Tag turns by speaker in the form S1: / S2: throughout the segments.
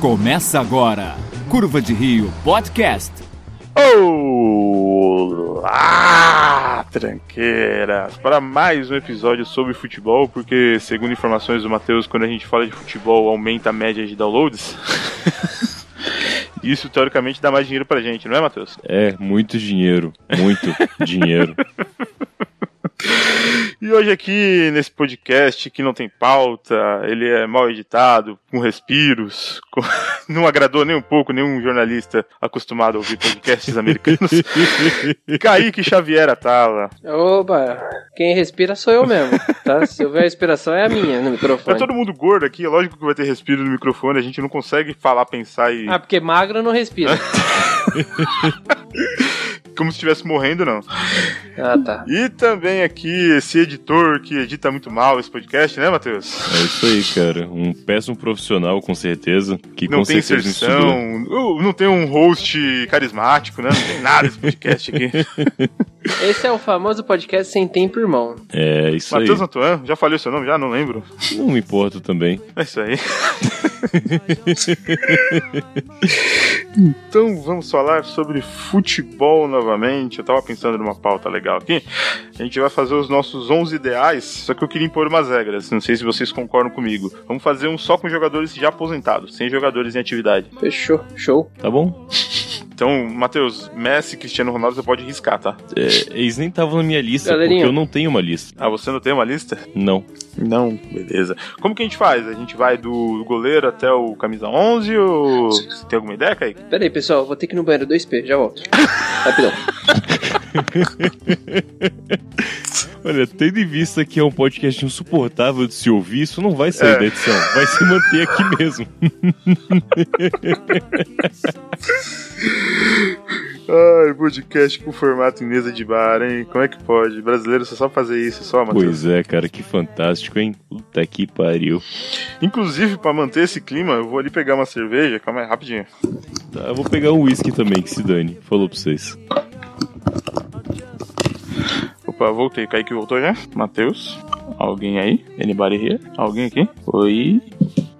S1: Começa agora, Curva de Rio Podcast.
S2: Olá, tranqueiras! Para mais um episódio sobre futebol, porque, segundo informações do Matheus, quando a gente fala de futebol, aumenta a média de downloads. Isso, teoricamente, dá mais dinheiro pra gente, não é, Matheus?
S3: É, muito dinheiro. Muito dinheiro.
S2: E hoje aqui, nesse podcast que não tem pauta, ele é mal editado, com respiros, com- não agradou nem um pouco nenhum jornalista acostumado a ouvir podcasts americanos. Kaique Xavier Atala.
S4: Oba, quem respira sou eu mesmo, tá? Se houver respiração é a minha no
S2: Tá
S4: microfone.
S2: todo mundo gordo aqui, é lógico que vai ter respiro no microfone, a gente não consegue falar, pensar e.
S4: Ah, porque magro não respira.
S2: como se estivesse morrendo, não.
S4: Ah, tá.
S2: E também aqui esse editor que edita muito mal esse podcast, né, Matheus?
S3: É isso aí, cara. Um péssimo profissional, com certeza. Que
S2: Não
S3: com
S2: tem
S3: certeza estudou.
S2: inserção, não não tem um host carismático, né? Não tem nada esse podcast aqui.
S4: Esse é o famoso podcast sem tempo, irmão.
S3: É isso
S2: Matheus Antoine, já falei o seu nome? Já não lembro.
S3: aí. Não me importo também.
S2: É isso aí. então vamos falar sobre futebol novamente. Eu tava pensando numa pauta legal aqui. A gente vai fazer os nossos 11 ideais, só que eu queria impor umas regras. Não sei se vocês concordam comigo. Vamos fazer um só com jogadores já aposentados, sem jogadores em atividade.
S4: Fechou, show.
S3: Tá bom?
S2: Então, Matheus, Messi, Cristiano Ronaldo, você pode riscar, tá?
S3: É, eles nem estavam na minha lista,
S4: Galerinha.
S3: porque eu não tenho uma lista.
S2: Ah, você não tem uma lista?
S3: Não.
S2: Não. Beleza. Como que a gente faz? A gente vai do goleiro até o camisa 11 ou... Você tem alguma ideia, Kaique?
S4: Pera aí, pessoal, vou ter que ir no banheiro 2P, já volto. Rapidão.
S3: Olha, tendo em vista que é um podcast insuportável de se ouvir, isso não vai
S2: sair É.
S3: sair
S2: da
S3: da edição. Vai se manter aqui mesmo.
S2: Ai, podcast com formato em mesa de bar, hein? Como é que pode? Brasileiro só sabe fazer isso, só, Matheus.
S3: Pois é, cara, que fantástico, hein? Puta que pariu.
S2: Inclusive, pra manter esse clima, eu vou ali pegar uma cerveja. Calma aí, rapidinho.
S3: Tá, eu vou pegar um whisky também, que se dane. Falou pra vocês.
S2: Opa, voltei. Kaique voltou já? Matheus? Alguém aí? Anybody here? Alguém aqui? Oi?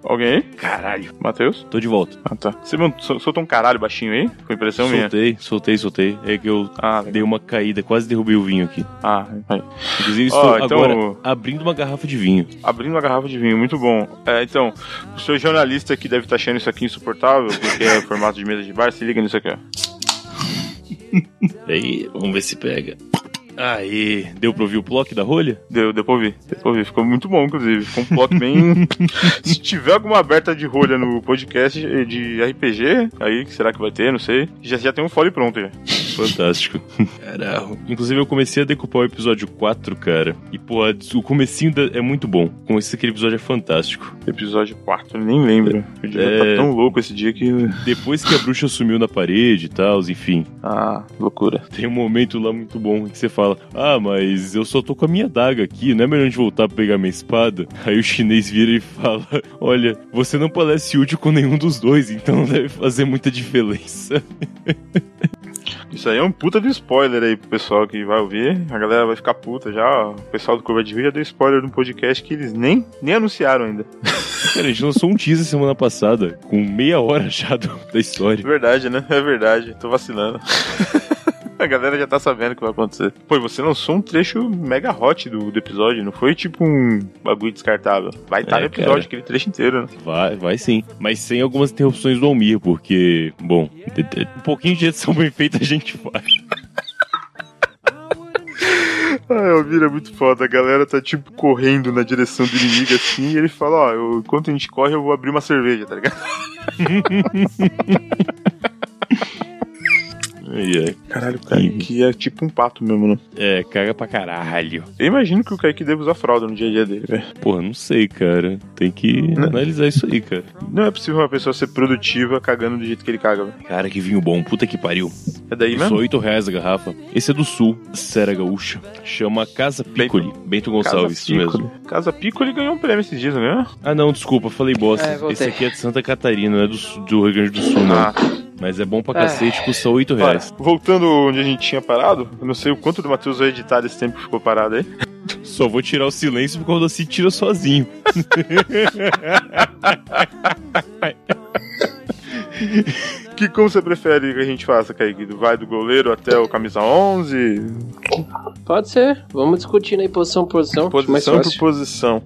S2: Alguém aí? Caralho. Matheus?
S3: Tô de volta.
S2: Ah, tá. Você mand- sol- soltou um caralho baixinho aí? Foi impressão minha?
S3: soltei, soltei, soltei. É que eu
S2: Ah, legal.
S3: dei uma caída, quase derrubei o vinho aqui.
S2: Ah, aí.
S3: Inclusive,
S2: Ó,
S3: estou
S2: então-
S3: agora abrindo uma garrafa de vinho.
S2: Abrindo uma garrafa de vinho, muito bom. É, então, o seu jornalista que deve estar achando isso aqui insuportável, porque é formato de mesa de bar, se liga nisso aqui, ó.
S3: Aí, vamos ver se pega. Aí, deu pra ouvir o plock da rolha?
S2: Deu, deu pra ouvir. Deu pra ouvir. Ficou muito bom, inclusive. Ficou um bloco bem. Se tiver alguma aberta de rolha no podcast eh, de RPG, aí que será que vai ter? Não sei. Já, já tem um fole pronto já.
S3: Fantástico. Caralho. Inclusive, eu comecei a decupar o episódio 4, cara. E, pô, a- o comecinho da- é muito bom. Com esse aquele episódio é fantástico.
S2: Episódio 4, eu nem lembro. Eu devia
S3: É.
S2: estar tão louco esse dia que.
S3: Depois que a bruxa sumiu na parede e tal, enfim.
S2: Ah, loucura.
S3: Tem um momento lá muito bom em que você fala: Ah, mas eu só tô com a minha daga aqui, não é melhor a gente voltar a pegar minha espada? Aí o chinês vira e fala: Olha, você não parece útil com nenhum dos dois, então não deve fazer muita diferença.
S2: Isso aí é um puta de spoiler aí pro pessoal que vai ouvir. A galera vai ficar puta já. ó. O pessoal do Curva de Rio já deu spoiler no podcast que eles nem, nem anunciaram ainda.
S3: Cara, a gente lançou um teaser semana passada, com meia hora já do- da
S2: É
S3: história.
S2: verdade, né? É verdade. Tô vacilando. A galera já tá sabendo o que vai acontecer. Pô, e você lançou um trecho mega hot do, do episódio, não foi tipo um bagulho descartável. Vai estar
S3: É,
S2: no episódio,
S3: cara.
S2: aquele trecho inteiro, né?
S3: Vai, vai sim. Mas sem algumas interrupções do Almir, porque, bom, de- de- um pouquinho de edição bem feita a gente faz.
S2: Ah, o Almir é muito foda. A galera tá tipo correndo na direção do inimigo assim, e ele fala: Ó, eu- enquanto a gente corre, eu vou abrir uma cerveja, tá ligado?
S3: Ai, ai.
S2: Caralho, cara, que é tipo um pato mesmo, né?
S3: É, caga pra caralho.
S2: Eu imagino que o Kaique deve usar fralda no dia a dia dele, velho.
S3: Porra, não sei, cara. Tem que analisar isso aí, cara.
S2: Não é possível uma pessoa ser produtiva cagando do jeito que ele caga, velho.
S3: Cara, que vinho bom, puta que pariu.
S2: É daí
S3: Isso,
S2: mesmo?
S3: 8 reais a garrafa. Esse é do sul, Serra Gaúcha. Chama Casa Piccoli. Bento, Gonçalves, isso mesmo.
S2: Piccoli. Casa Pico ele ganhou um prêmio esses dias, não ganhou?
S3: Ah, não, desculpa, falei bosta.
S4: É, voltei.
S3: Esse aqui é de Santa Catarina, não é do, sul- do Rio Grande do Sul, não.
S2: Ah.
S3: Mas é bom pra
S4: É.
S3: cacete, custa 8
S2: Olha,
S3: reais.
S2: voltando onde a gente tinha parado, eu não sei o quanto do Matheus vai editar desse tempo que ficou parado aí.
S3: Só vou tirar o silêncio porque o Doci tira sozinho.
S2: Que como você prefere que a gente faça, Kaique? Vai do goleiro até o camisa 11?
S4: Pode ser. Vamos discutindo aí posição por posição. acho mais
S2: Posição por
S4: fácil.
S2: posição.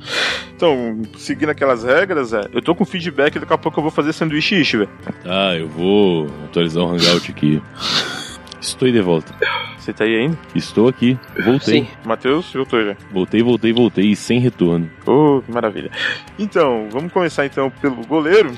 S2: Então, seguindo aquelas regras, é, eu tô com feedback, daqui a pouco eu vou fazer sanduíche ishi, velho.
S3: Tá, eu vou atualizar o Hangout aqui. Estou de volta.
S2: Você tá aí ainda?
S3: Estou aqui. Voltei.
S4: Sim.
S2: Matheus, eu tô já.
S3: Voltei, voltei, voltei. E sem retorno.
S2: Oh, que maravilha. Então, vamos começar então pelo goleiro.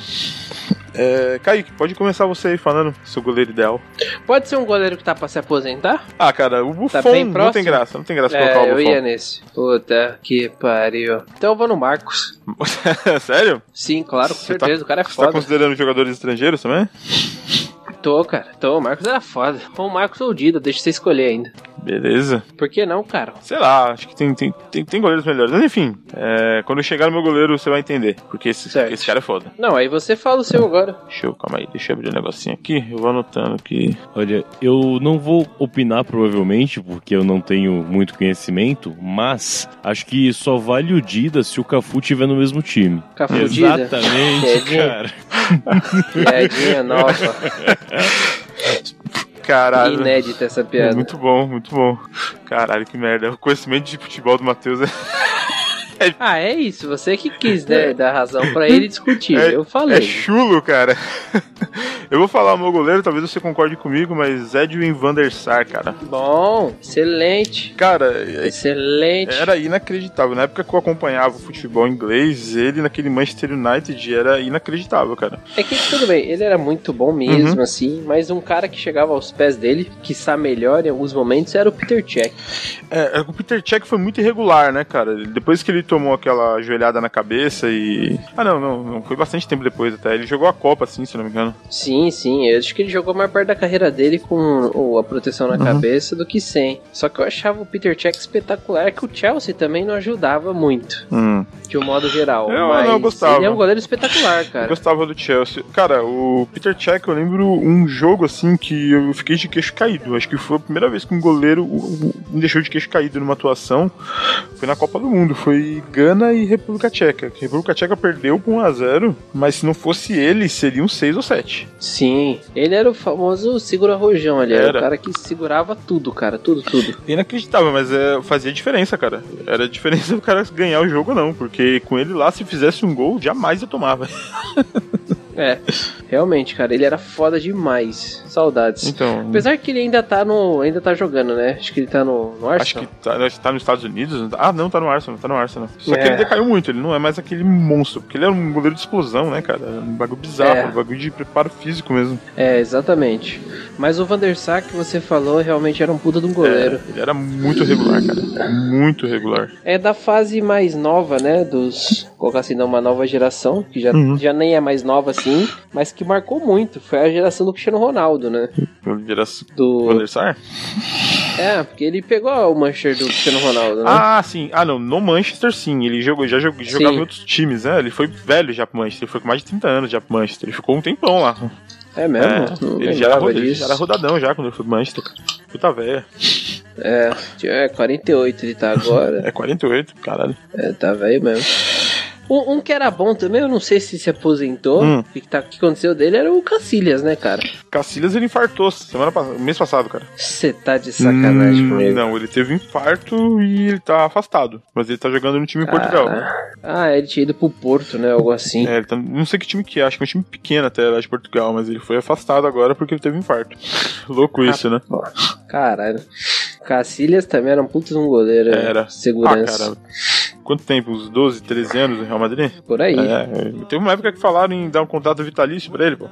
S2: É, Kaique, pode começar você aí falando seu goleiro ideal.
S4: Pode ser um goleiro que tá pra se aposentar?
S2: Ah, cara, o Buffon
S4: Tá bem
S2: não
S4: próximo?
S2: tem graça, não tem graça colocar
S4: É,
S2: o
S4: eu
S2: Buffon.
S4: ia nesse. Puta que pariu. Então eu vou no Marcos.
S2: Sério?
S4: Sim, claro, com
S2: Você tá-
S4: certeza. o cara é
S2: Você tá
S4: né? foda.
S2: considerando jogadores estrangeiros também?
S4: Tô, cara. Tô, o Marcos era foda. Ou o Marcos ou o Dida, deixa você escolher ainda.
S2: Beleza.
S4: Por que não, cara?
S2: Sei lá, acho que tem, tem, tem, tem goleiros melhores. Mas enfim, é, quando chegar no meu goleiro você vai entender. Porque esse,
S4: Certo.
S2: esse cara é foda.
S4: Não, aí você fala o seu agora.
S2: Deixa eu, calma aí, deixa eu abrir um negocinho aqui. Eu vou anotando aqui.
S3: Olha, eu não vou opinar provavelmente, porque eu não tenho muito conhecimento, mas acho que só vale o Dida se o Cafu tiver no mesmo time.
S4: Cafudida.
S3: Exatamente,
S4: Quer
S3: cara.
S4: É Piadinha nova.
S2: Caralho.
S4: Inédita essa
S2: É,
S4: piada.
S2: muito bom, muito bom. Caralho, que merda. O conhecimento de futebol do Matheus é,
S4: Ah, é isso. Você que quis, né? Dar razão pra ele discutir.
S2: É-
S4: eu
S2: é
S4: falei.
S2: chulo, cara. Eu vou falar o meu goleiro, talvez você concorde comigo, mas Edwin Van der Sar, cara.
S4: Bom, excelente.
S2: Cara,
S4: Excelente.
S2: Era inacreditável. Na época que eu acompanhava o futebol inglês, ele naquele Manchester United era inacreditável, cara.
S4: É que tudo bem, ele era muito bom mesmo,
S2: Uhum.
S4: assim, mas um cara que chegava aos pés dele, que está melhor em alguns momentos, era o Peter Check.
S2: É, o Peter Cech foi muito irregular, né, cara? Depois que ele tomou aquela joelhada na cabeça e. Ah, não, não, não. Foi bastante tempo depois até. Ele jogou a Copa, assim, se não me engano.
S4: Sim, sim, eu acho que ele jogou mais perto da carreira dele com o- a proteção na cabeça do que sem. Só que eu achava o Peter Check espetacular, que o Chelsea também não ajudava muito,
S2: Hum.
S4: de um modo geral.
S2: Eu- eu
S4: mas
S2: não gostava.
S4: Ele é um goleiro espetacular,
S2: Eu
S4: cara.
S2: gostava do Chelsea. Cara, o Peter Cech, eu lembro um jogo, assim, que eu fiquei de queixo caído. Acho que foi a primeira vez que um goleiro uh, uh, me deixou de queixo caído numa atuação. Foi na Copa do Mundo, foi Gana e República Tcheca. A República Tcheca perdeu com 1x0, mas se não fosse ele, seriam 6 ou 7.
S4: Sim, ele era o famoso segura-rojão ali, era.
S2: Era.
S4: o cara que segurava tudo, cara, tudo, tudo.
S2: Inacreditável, mas é, fazia diferença, cara. Era diferença o cara ganhar o jogo ou não, porque com ele lá, se fizesse um gol, jamais eu tomava.
S4: É, realmente, cara, ele era foda demais. Saudades.
S2: Então,
S4: Apesar que ele ainda tá no. ainda tá jogando, né? Acho que ele tá no, no
S2: acho
S4: Arsenal.
S2: que tá, acho que tá nos Estados Unidos. não tá? Ah, não, tá no Arsenal, tá no Arsenal. Só
S4: É.
S2: que ele decaiu muito, ele não é mais aquele monstro, porque ele era um goleiro de explosão, né, cara? Era Um bagulho bizarro,
S4: É.
S2: um bagulho de preparo físico mesmo.
S4: É, exatamente. Mas o Van der Sar que você falou realmente era um puta de um
S2: É,
S4: goleiro.
S2: ele era muito regular, cara. Muito regular.
S4: É. da fase mais nova, né? Dos. colocar assim, de uma nova geração, que já,
S2: Uhum.
S4: já nem é mais nova assim, mas que marcou muito. Foi a geração do Cristiano Ronaldo, né?
S2: Era Van
S4: Do.
S2: der Sar?
S4: É, porque ele pegou o Manchester do Cristiano Ronaldo, né?
S2: Ah, sim. Ah, não. No Manchester, sim. Ele jogou, já jogou, jogava
S4: Sim.
S2: em outros times, né? Ele foi velho já pro Manchester. Ele foi com mais de 30 anos já pro Manchester. Ele ficou um tempão lá.
S4: é
S2: É,
S4: mesmo? Não
S2: ele, já era,
S4: lembrava
S2: ele
S4: disso.
S2: já era rodadão já quando ele foi pro Manchester. Puta velha.
S4: É, é, 48 ele tá agora.
S2: É 48, caralho.
S4: É, tá velho mesmo. Um, um que era bom também, eu não sei se se aposentou,
S2: Hum.
S4: o que, que tá- o que aconteceu dele era o Cancilhas, né, cara?
S2: Cacilhas, ele infartou semana passada, mês passado, cara.
S4: Você tá de sacanagem
S2: Hum,
S4: comigo.
S2: Não, ele teve um infarto e ele tá afastado. Mas ele tá jogando no time em Portugal.
S4: Ah, ah, ele tinha ido pro Porto, né? Algo assim.
S2: É, ele tá, não sei que time que é, acho que é um time pequeno até lá de Portugal, mas ele foi afastado agora porque ele teve um infarto. Louco isso, né?
S4: Pô, Caralho. Cacilhas também era um puto de um goleiro.
S2: Era.
S4: Segurança.
S2: Ah, cara. Quanto tempo? Uns 12, 13 anos no Real Madrid?
S4: Por aí. É.
S2: É, é. teve uma época que falaram em dar um contrato vitalício pra ele, pô.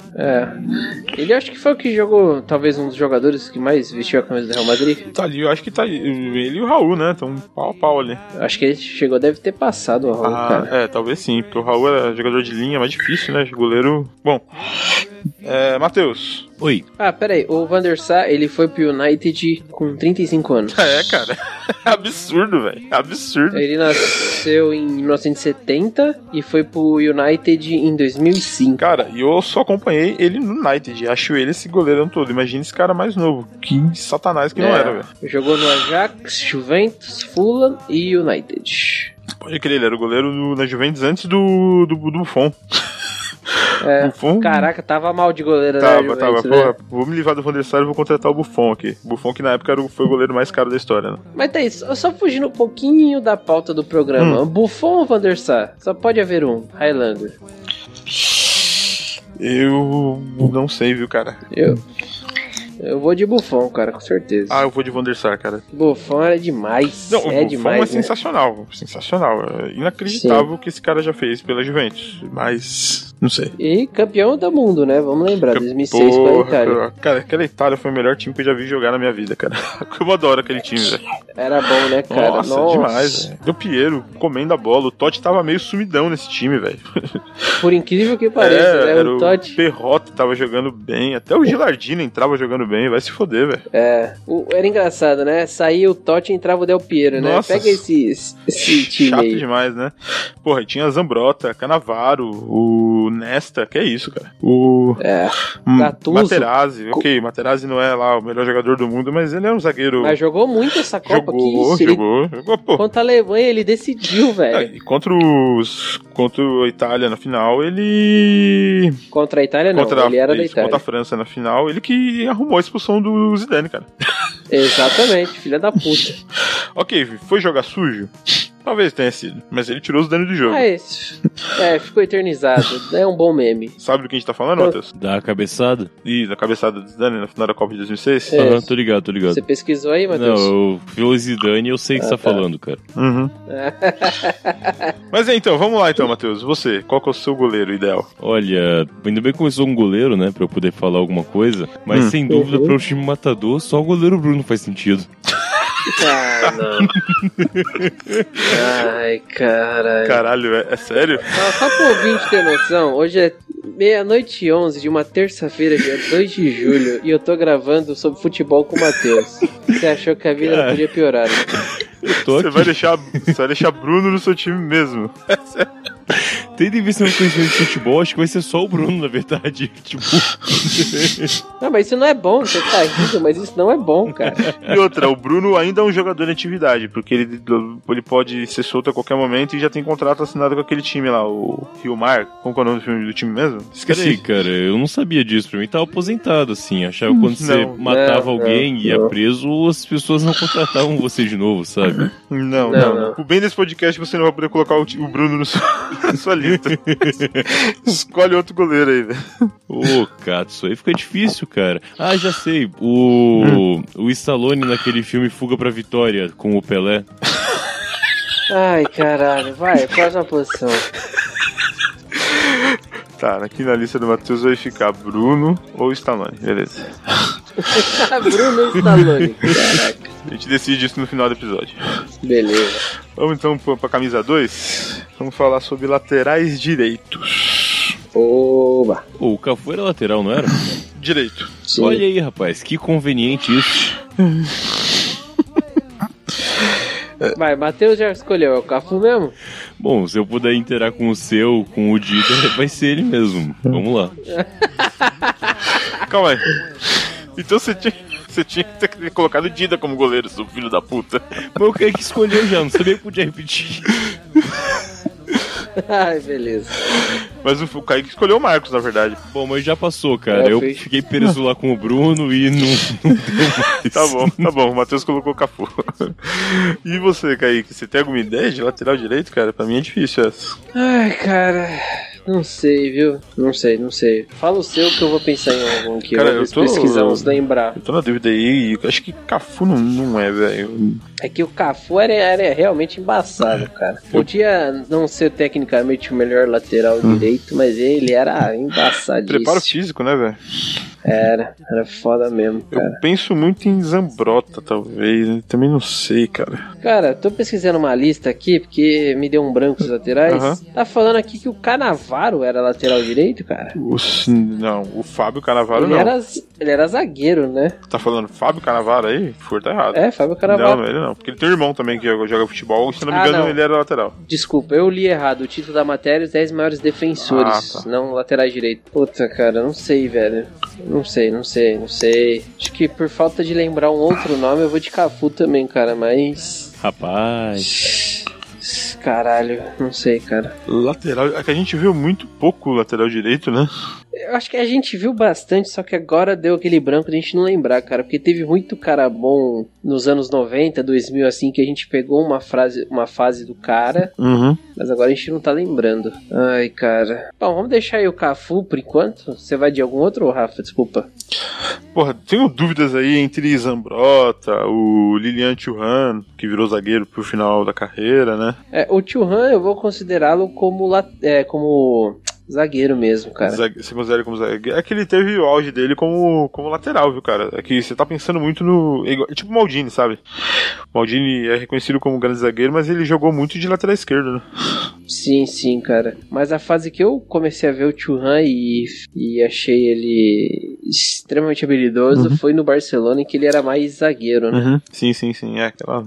S4: Ele acho que foi o que jogou, talvez, um dos jogadores que mais vestiu a camisa do Real Madrid.
S2: Tá ali, eu acho que tá aí. Ele e o Raul, né? Tão pau a pau ali.
S4: Acho que ele chegou, deve ter passado o Raul,
S2: Ah,
S4: cara.
S2: é, talvez sim, porque o Raul era jogador de linha, mais difícil, né? Goleiro. Bom. É, Matheus.
S3: Oi.
S4: Ah, peraí, o Van der Sar, ele foi pro United com 35 anos.
S2: É, cara. Absurdo, velho. Absurdo.
S4: Ele nasceu em 1970 e foi pro United em 2005.
S2: Cara, e eu só acompanhei ele no United. Acho ele esse goleirão todo. Imagina esse cara mais novo. Que satanás que não
S4: É.
S2: era, velho.
S4: Jogou no Ajax, Juventus, Fulham e United.
S2: Pode crer, ele era o goleiro do- na Juventus antes do, do, do Buffon.
S4: É,
S2: Buffon?
S4: Caraca, tava mal de goleiro, né?
S2: Hum. Tava, tava.
S4: Juventus, né?
S2: Porra, vou me livrar do Van der Sar e vou contratar o Buffon aqui. Buffon que na época era o, foi o goleiro mais caro da história, né?
S4: Mas tá isso, só fugindo um pouquinho da pauta do
S2: Hum.
S4: programa. Buffon ou Van der Sar? Só pode haver um, Highlander.
S2: Eu não sei, viu, cara?
S4: Eu... Eu vou de Buffon, cara, com certeza.
S2: Ah, eu vou de Van der Sar, cara.
S4: Buffon era demais.
S2: Não,
S4: é
S2: o Buffon é
S4: demais. né?
S2: sensacional. Sensacional. É inacreditável o que esse cara já fez pela Juventus. Mas, não sei.
S4: E campeão do mundo, né? Vamos lembrar, 2006 com a
S2: Porra,
S4: Itália.
S2: Cara, aquela Itália foi o melhor time que eu já vi jogar na minha vida, cara. Eu adoro aquele time, velho.
S4: Era bom, né, cara?
S2: Nossa, demais, velho. Del Piero comendo a bola. O Totti tava meio sumidão nesse time, velho.
S4: Por incrível que pareça,
S2: É,
S4: né?
S2: era
S4: O
S2: o
S4: Totti.
S2: Perrotta tava jogando bem. Até o Gilardino entrava jogando bem. Vai se foder, velho.
S4: É, o- era engraçado, né? Saía o Totti e entrava o Del Piero, né?
S2: Nossa.
S4: Pega esse, esse time
S2: Chato
S4: aí.
S2: demais, né? Porra, e tinha Zambrota, Canavaro, o Nesta, que é isso, cara. O
S4: É,
S2: hum,
S4: Gattuso.
S2: Materazzi, ok, Materazzi não é lá o melhor jogador do mundo, mas ele é um zagueiro.
S4: mas jogou muito essa Copa
S2: jogou,
S4: aqui. é?
S2: jogou, jogou, pô.
S4: Contra a Alemanha, ele decidiu,
S2: Ah,
S4: velho.
S2: e contra os. Contra a Itália na final, ele.
S4: Contra a Itália, É, não.
S2: contra,
S4: ele era da
S2: isso, contra
S4: Itália.
S2: a França na final, ele que arrumou a expulsão do Zidane, cara.
S4: Exatamente, filha da puta.
S2: Ok, foi jogar sujo? Talvez tenha sido, mas ele tirou o Zidane do jogo.
S4: Ah, esse. É, ficou eternizado. É um bom meme.
S2: Sabe do que a gente tá falando,
S4: Eu-
S2: Matheus?
S3: Dá a cabeçada?
S2: Ih, da cabeçada do Zidane na final da Copa de 2006?
S4: É.
S3: Aham, tô ligado, tô ligado.
S4: Você pesquisou aí,
S3: Não,
S4: Matheus?
S3: eu vi o Zidane e eu sei o que
S4: Ah,
S3: você tá,
S4: tá.
S3: falando, cara.
S2: Uhum. Mas é, então, vamos lá então, Matheus. Você, qual que é o seu goleiro ideal?
S3: Olha, ainda bem que começou um goleiro, né, pra eu poder falar alguma coisa. Mas
S2: Hum.
S3: sem dúvida,
S4: Uhum.
S3: para o time matador, só o goleiro Bruno faz sentido.
S4: Ah, não. Ai, caralho.
S2: Caralho, é, é sério?
S4: Só, só pro ouvinte ter noção, hoje é meia-noite e onze de uma terça-feira, dia 2 de julho, e eu tô gravando sobre futebol com o Matheus. Você achou que a vida não podia piorar, né?
S3: Eu tô
S2: Você
S3: aqui.
S2: vai deixar, você vai deixar Bruno no seu time mesmo.
S3: Tendo em vista meu conhecimento de futebol, acho que vai ser só o Bruno, na verdade. Tipo,
S4: Não, mas isso não é bom, você tá rindo, mas isso não é bom, cara.
S2: E outra, o Bruno ainda é um jogador em atividade, porque ele, ele pode ser solto a qualquer momento e já tem contrato assinado com aquele time lá, o Rio Mar. Como que é o nome do, filme, do time mesmo?
S3: peraí, cara, eu não sabia disso. Pra mim tava aposentado, assim. Achava que quando você
S2: não,
S3: matava
S4: não,
S3: alguém e ia
S4: não.
S3: preso, as pessoas não contratavam você de novo, sabe?
S2: Não, não.
S4: Não,
S2: não.
S4: não.
S2: O bem desse podcast é você não vai poder colocar o, ti- o Bruno no seu- na sua lista. Escolhe outro goleiro aí, velho.
S3: Ô, Katsu, aí fica difícil, cara. Ah, já sei.
S4: Hum.
S3: O, o Stallone naquele filme Fuga pra Vitória com o Pelé.
S4: Ai, caralho, vai, próxima posição.
S2: Tá, aqui na lista do Matheus vai ficar Bruno ou Stallone, beleza.
S4: Bruno Stallone, caraca.
S2: A gente decide isso no final do episódio.
S4: Beleza.
S2: Vamos então pra, pra camisa 2? Vamos falar sobre laterais direitos.
S4: Oba.
S3: Ô, o Cafu era lateral, não era?
S2: Direito.
S4: Sim.
S3: Olha aí, rapaz, que conveniente isso.
S4: Vai, Matheus já escolheu, é o Cafu mesmo?
S3: Bom, se eu puder interar com o seu, com o Dida, vai ser ele mesmo. Vamos lá.
S2: Calma aí. Então você tinha, você tinha que ter colocado Dida como goleiro, seu filho da puta.
S3: Mas o que é que escolheu já? Não sabia que podia repetir.
S4: Ai, beleza.
S2: Mas o, o Kaique escolheu o Marcos, na verdade.
S3: Bom, mas já passou, cara.
S4: É,
S3: eu
S4: fez.
S3: fiquei preso lá com o Bruno e não, não deu mais.
S2: Tá bom, tá bom. O Matheus colocou Cafu. E você, Kaique, você tem alguma ideia de lateral direito, cara? Pra mim é difícil essa.
S4: Ai, cara, não sei, viu? Não sei, não sei. Fala o seu que eu vou pensar em algum aqui.
S2: Cara,
S4: eu vou
S2: eu tô-
S4: pesquisar uns lembrar.
S2: Eu tô na dúvida aí, eu acho que Cafu não, não é, velho.
S4: É que o Cafu era, era realmente embaçado, cara. Podia não ser tecnicamente o melhor lateral
S2: Hum.
S4: direito, mas ele era
S2: Preparo
S4: embaçadíssimo.
S2: físico, né, velho?
S4: Era, era foda mesmo,
S2: Eu
S4: cara.
S2: penso muito em Zambrota, talvez. Eu Também não sei, cara.
S4: Cara, tô pesquisando uma lista aqui, porque me deu um branco os laterais.
S2: Aham.
S4: Tá falando aqui que o Canavaro era lateral direito, cara.
S2: O, não, o Fábio Canavaro
S4: ele,
S2: não.
S4: era, ele era zagueiro, né?
S2: Tá falando Fábio Canavaro aí? Por tá errado.
S4: É, Fábio Canavaro.
S2: Não, ele não. Porque ele tem um irmão também que joga joga futebol. Se não me
S4: Ah,
S2: engano,
S4: não.
S2: ele era lateral.
S4: Desculpa, eu li errado. O título da matéria é os 10 maiores defensores,
S2: Ah, tá.
S4: não laterais direito. Puta, cara, não sei, velho. Não sei, não sei, não sei. Acho que por falta de lembrar um outro nome, eu vou de Cafu também, cara, mas.
S3: Rapaz.
S4: Caralho, não sei, cara.
S2: Lateral. É que a gente viu muito pouco lateral direito, né?
S4: Eu acho que a gente viu bastante, só que agora deu aquele branco de a gente não lembrar, cara. Porque teve muito cara bom nos anos 90, 2000, assim, que a gente pegou uma, frase, uma fase do cara,
S2: Uhum.
S4: mas agora a gente não tá lembrando. Ai, cara. Bom, vamos deixar aí o Cafu por enquanto? Você vai de algum outro, Rafa? Desculpa.
S2: Porra, tenho dúvidas aí entre Zambrota, o Lilian Thuram, que virou zagueiro pro final da carreira, né?
S4: É, o Tio Han eu vou considerá-lo como, la- é, como zagueiro mesmo, cara.
S2: Zague- Você considera ele como zagueiro? É que ele teve o auge dele como, como lateral, viu, cara? É que você tá pensando muito no. é igual- é tipo o Maldini, sabe? O Maldini é reconhecido como um grande zagueiro, mas ele jogou muito de lateral esquerdo, né?
S4: Sim, sim, cara. Mas a fase que eu comecei a ver o Churran e, e achei ele extremamente habilidoso foi no Barcelona, em que ele era mais zagueiro, né?
S2: Sim, sim, sim. É aquela.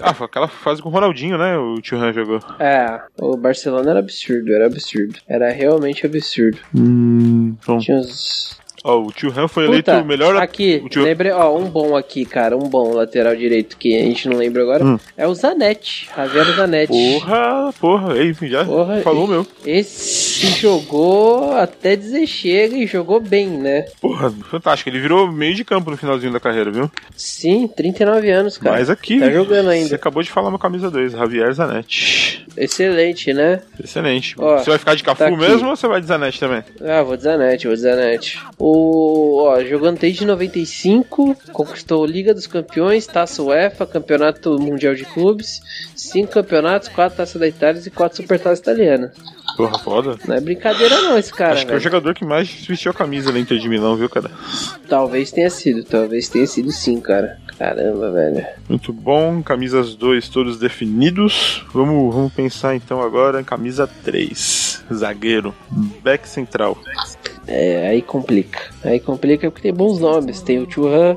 S2: Ah, foi aquela fase com o Ronaldinho, né? O Thuram jogou.
S4: É, o Barcelona era absurdo, era absurdo. Era realmente absurdo.
S2: Hum, bom.
S4: Tinha uns...
S2: Ó, o Thuram foi eleito
S4: Puta,
S2: o melhor.
S4: aqui,
S2: o Tio-
S4: lembrei, ó, um bom aqui, cara, um bom lateral direito que a gente não lembra agora. É o Zanetti, Javier Zanetti.
S2: Hum. Porra, porra, aí, já
S4: Porra,
S2: falou
S4: e-
S2: meu.
S4: Esse jogou até dizer chega e jogou bem, né?
S2: Porra, fantástico. Ele virou meio de campo no finalzinho da carreira, viu?
S4: Sim, 39 anos, cara.
S2: Mas aqui.
S4: Tá jogando ainda.
S2: Você acabou de falar meu camisa 2, Javier Zanetti.
S4: Excelente, né?
S2: Excelente.
S4: Ó,
S2: você vai ficar de Cafu
S4: tá aqui.
S2: mesmo ou você vai de Zanetti também?
S4: Ah, vou Zanetti, vou Zanetti. O, ó, jogando desde 95, conquistou Liga dos Campeões, Taça UEFA, Campeonato Mundial de Clubes, cinco campeonatos, quatro Taças da Itália e quatro Supertaças italianas.
S2: Porra, foda.
S4: Não é brincadeira não esse cara,
S2: Acho que é o
S4: velho.
S2: jogador que mais vestiu a camisa na Inter de Milão, viu, cara?
S4: Talvez tenha sido, talvez tenha sido sim, cara. Caramba, velho.
S2: Muito bom. Camisas 2 todos definidos. Vamos, vamos pensar então agora em camisa 3. Zagueiro. Back central.
S4: É, aí complica. Aí complica porque tem bons nomes. Tem o Churran,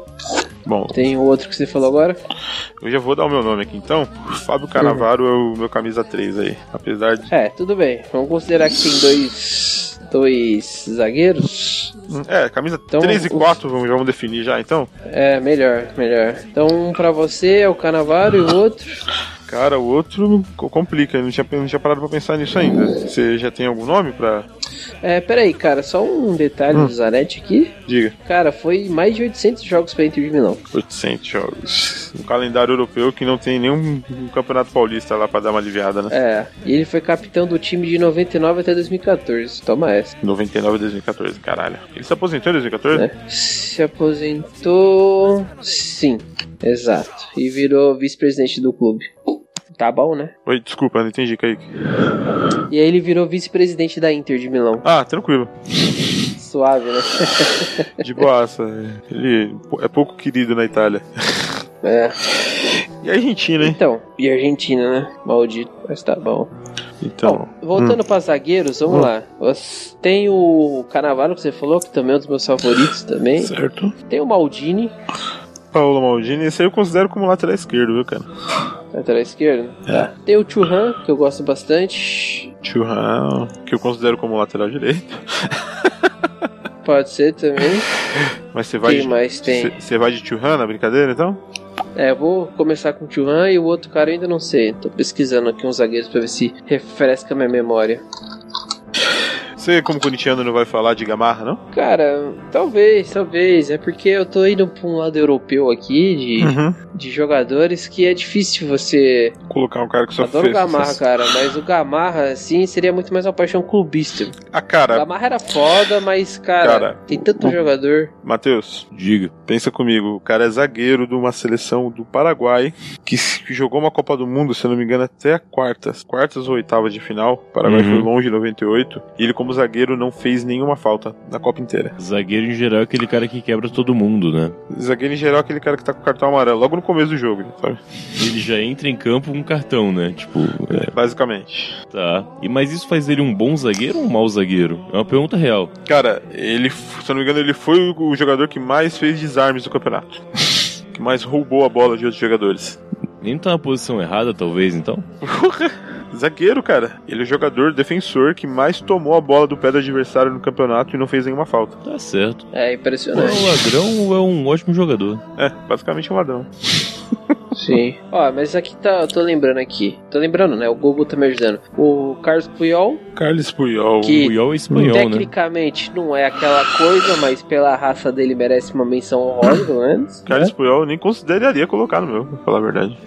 S2: Bom,
S4: tem o outro que você falou agora.
S2: eu já vou dar o meu nome aqui então. Fábio Canavaro é o meu camisa 3 aí. Apesar de.
S4: É, tudo bem. Vamos considerar que tem dois. dois zagueiros.
S2: É, camisa
S4: Então,
S2: 3 e
S4: o-
S2: 4, vamos, vamos definir já então.
S4: É, melhor, melhor. Então, um pra você é o Canavaro e o outro.
S2: Cara, o outro co- complica, eu não tinha, não tinha parado pra pensar nisso ainda. Você já tem algum nome pra.
S4: É, peraí, cara, só um detalhe do Zanetti aqui.
S2: Diga.
S4: Cara, foi mais de 800 jogos pra Inter de Milão.
S2: 800 jogos. Um calendário europeu que não tem nenhum um campeonato paulista lá pra dar uma aliviada, né?
S4: É, e ele foi capitão do time de 99 até 2014. Toma essa,
S2: 99 e 2014, caralho. Ele se aposentou em 2014?
S4: né? Se aposentou. Sim, exato. E virou vice-presidente do clube. Tá bom, né?
S2: Oi, desculpa, não entendi, Kaique.
S4: E aí ele virou vice-presidente da Inter de Milão.
S2: Ah, tranquilo.
S4: Suave, né?
S2: De boaça. Ele é pouco querido na Itália.
S4: É.
S2: E a Argentina, hein?
S4: Então, e a Argentina, né? Maldito, mas tá bom.
S2: Então.
S4: Bom, voltando para zagueiros, vamos lá. Os- Tem o Canavaro que você falou, que também é um dos meus favoritos também.
S2: Certo.
S4: Tem o Maldini,
S2: Paulo Maldini, esse aí eu considero como lateral esquerdo, viu, cara?
S4: lateral esquerdo. Tá. Tem o Churran, que eu gosto bastante.
S2: Churran, que eu considero como lateral direito.
S4: Pode ser também.
S2: Mas você vai
S4: Quem
S2: de-
S4: mais tem?
S2: Você vai de Churran na brincadeira, então?
S4: É, eu vou começar com o Churran e o outro cara eu ainda não sei. Tô pesquisando aqui uns zagueiros pra ver se refresca minha memória.
S2: Você, como corintiano, não vai falar de Gamarra, não?
S4: Cara, talvez, talvez. É porque eu tô indo pra um lado europeu aqui, de,
S2: Uhum.
S4: de jogadores, que é difícil você
S2: Colocar um cara que só
S4: Adoro o
S2: fez...
S4: Gamarra, cara, mas o Gamarra, assim, seria muito mais uma paixão clubista.
S2: Ah,
S4: O
S2: cara,
S4: Gamarra era foda, mas, cara,
S2: Cara,
S4: tem tanto jogador.
S2: Matheus,
S3: Diga.
S2: pensa comigo. O cara é zagueiro de uma seleção do Paraguai que, s- que jogou uma Copa do Mundo, se eu não me engano, até a quartas. Quartas ou oitavas de final. O Paraguai
S3: Uhum.
S2: foi longe em 98. E ele, como zagueiro, não fez nenhuma falta na Copa inteira.
S3: Zagueiro em geral é aquele cara que quebra todo mundo, né?
S2: Zagueiro, em geral, é aquele cara que tá com o cartão amarelo logo no começo do jogo, sabe?
S3: Ele já entra em campo com um cartão, né? Tipo, é,
S2: Basicamente.
S3: tá. E, mas isso faz ele um bom zagueiro ou um mau zagueiro? É uma pergunta real.
S2: Cara, ele, f- se eu não me engano, ele foi o o jogador que mais fez desarmes do campeonato. Que mais roubou a bola de outros jogadores.
S3: Ele não tá na posição errada, talvez, então?
S2: Zagueiro, cara. Ele é o jogador defensor que mais tomou a bola do pé do adversário no campeonato e não fez nenhuma falta.
S3: Tá certo.
S4: É
S3: Ou é
S4: impressionante.
S3: um ladrão ou é um ótimo jogador.
S2: É, basicamente um ladrão.
S4: Sim. Ó, mas aqui tá. Eu tô lembrando aqui. Tô lembrando, né? O Google tá me ajudando. O Carlos Puyol,
S2: Carlos Puyol.
S4: que
S3: Puyol é espanhol, né?
S4: tecnicamente não é aquela coisa, mas pela raça dele merece uma menção honrosa, pelo menos.
S2: Carlos Puyol eu nem consideraria colocar no meu, pra falar a verdade.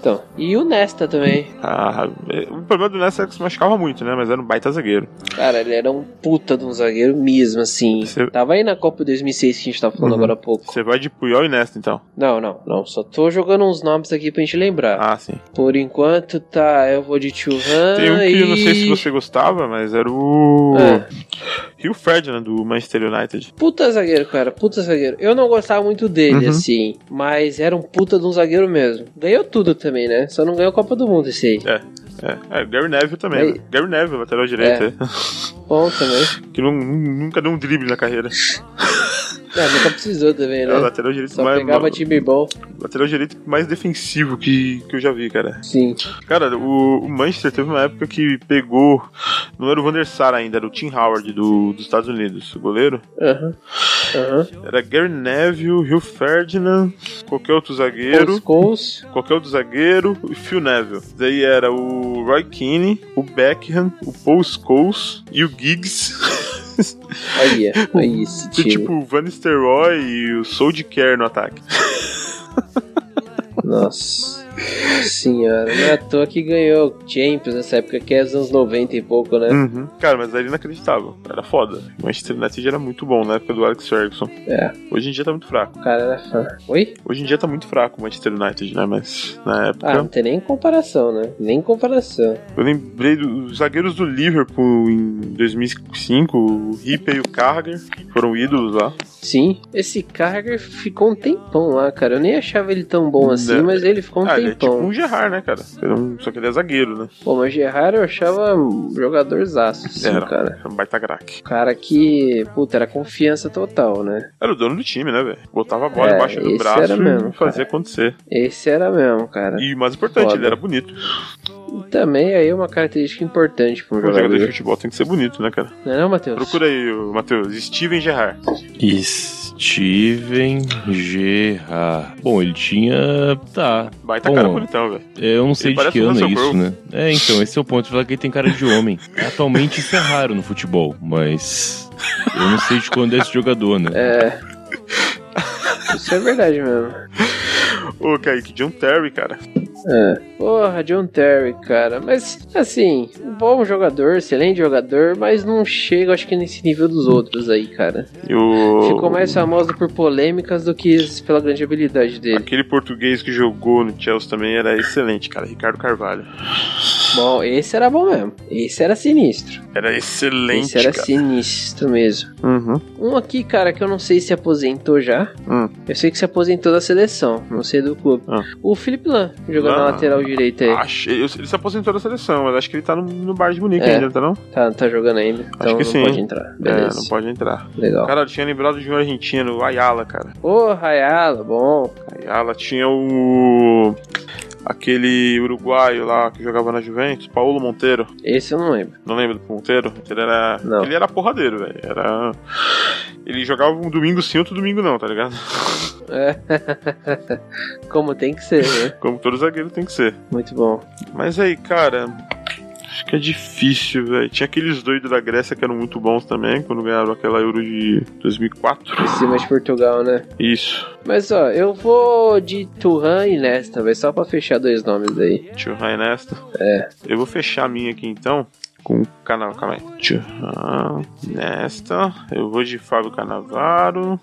S4: Então. E o Nesta também.
S2: Ah, é, o problema do Nessa é que se machucava muito, né? Mas era um baita zagueiro.
S4: Cara, ele era um puta de um zagueiro mesmo, assim.
S2: Você-
S4: Tava aí na Copa 2006 que a gente tava falando
S2: Uhum.
S4: agora há pouco.
S2: Você vai de Puyol e Nesta, então.
S4: Não, não, não. Só tô jogando uns nomes aqui pra gente lembrar.
S2: Ah, sim.
S4: Por enquanto, tá. Eu vou de Churran.
S2: Tem um que
S4: Ah, e...
S2: eu não sei se você gostava, mas era o.
S4: É.
S2: Rio Ferdinand do Manchester United.
S4: Puta zagueiro, cara, puta zagueiro. Eu não gostava muito dele,
S2: Uhum.
S4: assim, mas era um puta de um zagueiro mesmo. Ganhou tudo também, né? Só não ganhou a Copa do Mundo esse aí.
S2: É, é Gary Neville também.
S4: Aí.
S2: Né? Gary Neville, lateral direito.
S4: É.
S2: é.
S4: Bom também.
S2: Que não- nunca deu um drible na carreira.
S4: É, nunca precisou também,
S2: É
S4: né?
S2: o lateral direito
S4: Só
S2: mais.
S4: pegava time bom.
S2: Lateral direito mais defensivo que, que eu já vi, cara.
S4: Sim.
S2: Cara, o, o Manchester teve uma época que pegou. Não era o Van der Sar ainda, era o Tim Howard do, dos Estados Unidos, o goleiro.
S4: Aham. Aham.
S2: Era Gary Neville, Rio Ferdinand, qualquer outro zagueiro.
S4: Os gols.
S2: Qualquer outro zagueiro e Phil Neville. Daí era o Roy Keane, o Beckham, o Paul Scholes e o Giggs.
S4: Olha, olha é. esse
S2: Tem,
S4: time.
S2: tipo o Van Nistelrooy e o Soldier no ataque.
S4: Nossa senhora, não é à toa que ganhou Champions nessa época, que é os anos 90 e pouco, né?
S2: É. Cara, mas era inacreditável. Era foda. O Manchester United era muito bom na época do Alex Ferguson.
S4: É,
S2: Hoje em dia tá muito fraco.
S4: o cara era fã. Oi?
S2: Hoje em dia tá muito fraco o Manchester United, né? Mas na época.
S4: Ah, não tem nem comparação, né? Nem comparação.
S2: Eu lembrei dos zagueiros do Liverpool em 2005. O Ripe e o Carragher foram ídolos lá.
S4: Sim, esse Carger ficou um tempão lá, cara. Eu nem achava ele tão bom assim,
S2: Não.
S4: mas ele ficou um
S2: ah, ele é tipo
S4: tempão.
S2: um Gerrard, né, cara? Era um- Só que ele é zagueiro, né?
S4: Pô, mas Gerrard eu achava um jogadorzaço, assim,
S2: era,
S4: cara.
S2: era um baita craque.
S4: O cara que, puta, era confiança total, né?
S2: Era o dono do time, né, velho? Botava a bola
S4: É,
S2: embaixo do
S4: esse
S2: braço
S4: era
S2: e
S4: mesmo,
S2: fazia acontecer.
S4: Esse era mesmo, cara.
S2: E o mais importante,
S4: Foda.
S2: ele era bonito.
S4: E também aí é uma característica importante pra um
S2: Um jogador de
S4: jogador.
S2: futebol tem que ser bonito, né, cara?
S4: Não é não, Matheus?
S2: Procura aí, o Matheus. Steven Gerrard.
S3: Steven Gerrard. Bom, ele tinha. Tá.
S2: Baita
S3: Bom,
S2: cara bonitão, velho.
S3: É, Eu não sei
S2: Ele
S3: de
S2: parece
S3: que
S2: o
S3: ano é
S2: Russell
S3: isso,
S2: Crowe.
S3: né? É, então, esse é o ponto. Falar que ele tem cara de homem. Atualmente isso é raro no futebol, mas. Eu não sei de quando é esse jogador, né?
S4: É. Isso é verdade mesmo.
S2: Ô, Kaique, John Terry, cara.
S4: É. Porra, John Terry, cara. Mas, assim, um bom jogador, excelente jogador, mas não chega, acho que, nesse nível dos outros aí, cara.
S2: E o...
S4: Ficou mais famoso por polêmicas do que pela grande habilidade dele.
S2: Aquele português que jogou no Chelsea também era excelente, cara. Ricardo Carvalho.
S4: Bom, esse era bom mesmo. Esse era sinistro.
S2: Era excelente,
S4: esse era
S2: cara.
S4: sinistro mesmo.
S2: Uhum.
S4: Um aqui, cara, que eu não sei se aposentou já.
S2: Hum.
S4: Eu sei que se aposentou da seleção, não sei do clube.
S2: Ah.
S4: O Felipe Lan, jogando na
S2: Lan.
S4: lateral direita aí.
S2: Acho- eu- Ele se aposentou da seleção, mas acho que ele tá no, no bar de Munique
S4: É.
S2: ainda, não tá não?
S4: Tá, tá jogando ainda, então
S2: que
S4: não
S2: sim.
S4: pode entrar.
S2: É, não
S4: Beleza.
S2: pode entrar.
S4: Legal.
S2: Cara, eu tinha lembrado de um argentino, o Ayala, cara.
S4: Ô, Rayala, bom.
S2: Ayala tinha o. aquele uruguaio lá que jogava na Juventus, Paulo Monteiro.
S4: Esse eu não lembro.
S2: Não lembra do Monteiro? Ele era.
S4: Não.
S2: Ele era porradeiro, velho. Era. Ele jogava um domingo sim, outro domingo não, tá ligado?
S4: É. Como tem que ser, né?
S2: Como todo zagueiro tem que ser.
S4: Muito bom.
S2: Mas aí, cara. Acho que é difícil, velho. Tinha aqueles doidos da Grécia que eram muito bons também, quando ganharam aquela Euro de 2004.
S4: Em cima de Portugal, né?
S2: Isso.
S4: Mas ó, eu vou de Turhan e Nesta, vai só pra fechar dois nomes aí.
S2: Tio Rai Nesta. É. Eu vou fechar a minha aqui então. Com o canal, calma aí. Tio Rai Nesta. Eu vou de Fábio Canavaro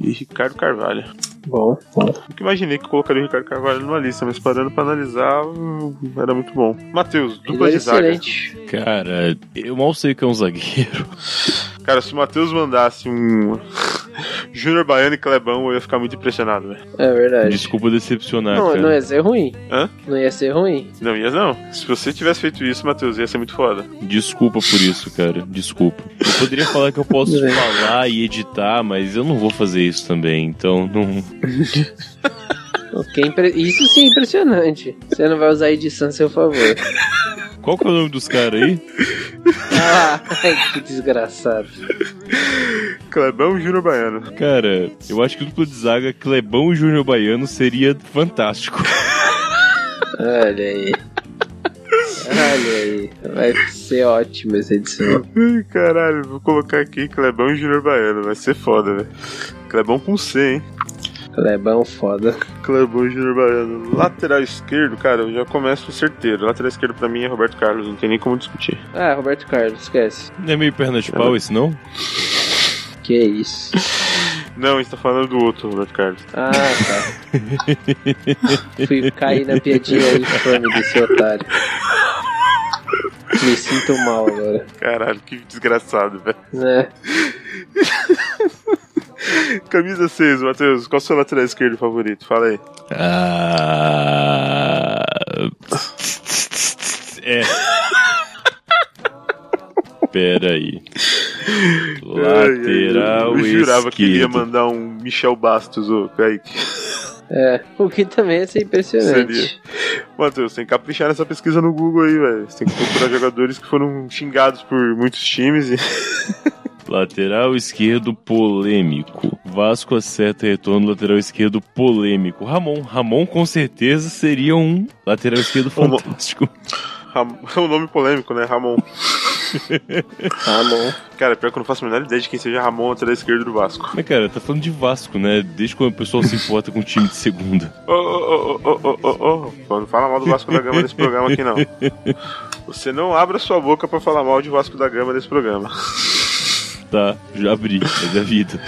S2: e Ricardo Carvalho.
S4: Bom,
S2: Nunca imaginei que colocaria o Ricardo Carvalho numa lista, mas parando pra analisar, hum, era muito bom. Matheus, dupla de zaga.
S4: é excelente.
S3: Cara, eu mal sei o que é um zagueiro.
S2: Cara, se o Matheus mandasse um Júnior Baiano e Clebão, eu ia ficar muito impressionado, velho.
S4: É verdade.
S3: Desculpa decepcionar,
S4: Não,
S3: cara.
S4: não é. ia ser ruim.
S2: né, Hã?
S4: Não ia ser ruim.
S2: Não ia, não. Se você tivesse feito isso, Matheus, ia ser muito foda.
S3: Desculpa por isso, cara. Desculpa. Eu poderia falar que eu posso
S4: É.
S3: falar e editar, mas eu não vou fazer isso também. Então, não.
S4: O que é impre- Isso sim é impressionante. Você não vai usar a edição a seu favor.
S3: Qual que é o nome dos caras aí?
S4: Ah, que desgraçado.
S2: Clebão Júnior Baiano.
S3: Cara, eu acho que o duplo de zaga Clebão e Júnior Baiano seria fantástico.
S4: Olha aí. Olha aí. Vai ser ótimo essa edição.
S2: Ai, caralho, vou colocar aqui Clebão e Júnior Baiano. Vai ser foda, velho. Clebão com C, hein?
S4: Clebão é foda.
S2: Clebão e Júnior Baiano. Lateral esquerdo, cara, eu já começo certeiro. Lateral esquerdo pra mim é Roberto Carlos, não tem nem como discutir.
S4: Ah, Roberto Carlos, esquece.
S3: Não é meio perna de pau esse, não?
S4: Que isso.
S2: Não, a gente tá falando do outro, Roberto Carlos.
S4: Ah, tá. Fui cair na piadinha infame desse otário. Me sinto mal agora.
S2: Caralho, que desgraçado, velho.
S4: Né?
S2: Camisa 6, Matheus, qual o seu lateral esquerdo favorito? Fala aí.
S3: Ah... É. Pera aí. Lateral
S2: eu, eu jurava que ele ia
S3: esquerdo.
S2: mandar um Michel Bastos, ô Kaique.
S4: É. O que também ia ser impressionante.
S2: Matheus, tem que caprichar nessa pesquisa no Google aí, velho. Você tem que procurar jogadores que foram xingados por muitos times e.
S3: Lateral esquerdo polêmico. Vasco acerta retorno lateral esquerdo polêmico. Ramon. Ramon com certeza seria um lateral esquerdo
S2: Ramon.
S3: fantástico.
S2: Ram- É um nome polêmico, né? Ramon.
S4: Ramon.
S2: Cara, pior que eu não faço a menor ideia de quem seja Ramon lateral esquerdo do Vasco.
S3: Mas cara, tá falando de Vasco, né? Desde quando o pessoal se importa com o time de segunda.
S2: Ô, ô, ô, ô, ô, ô, ô, ô. Pô, Não fala mal do Vasco da Gama nesse programa aqui, não. Você não abra sua boca pra falar mal de Vasco da Gama nesse programa.
S3: Tá, já abri, mas é vida.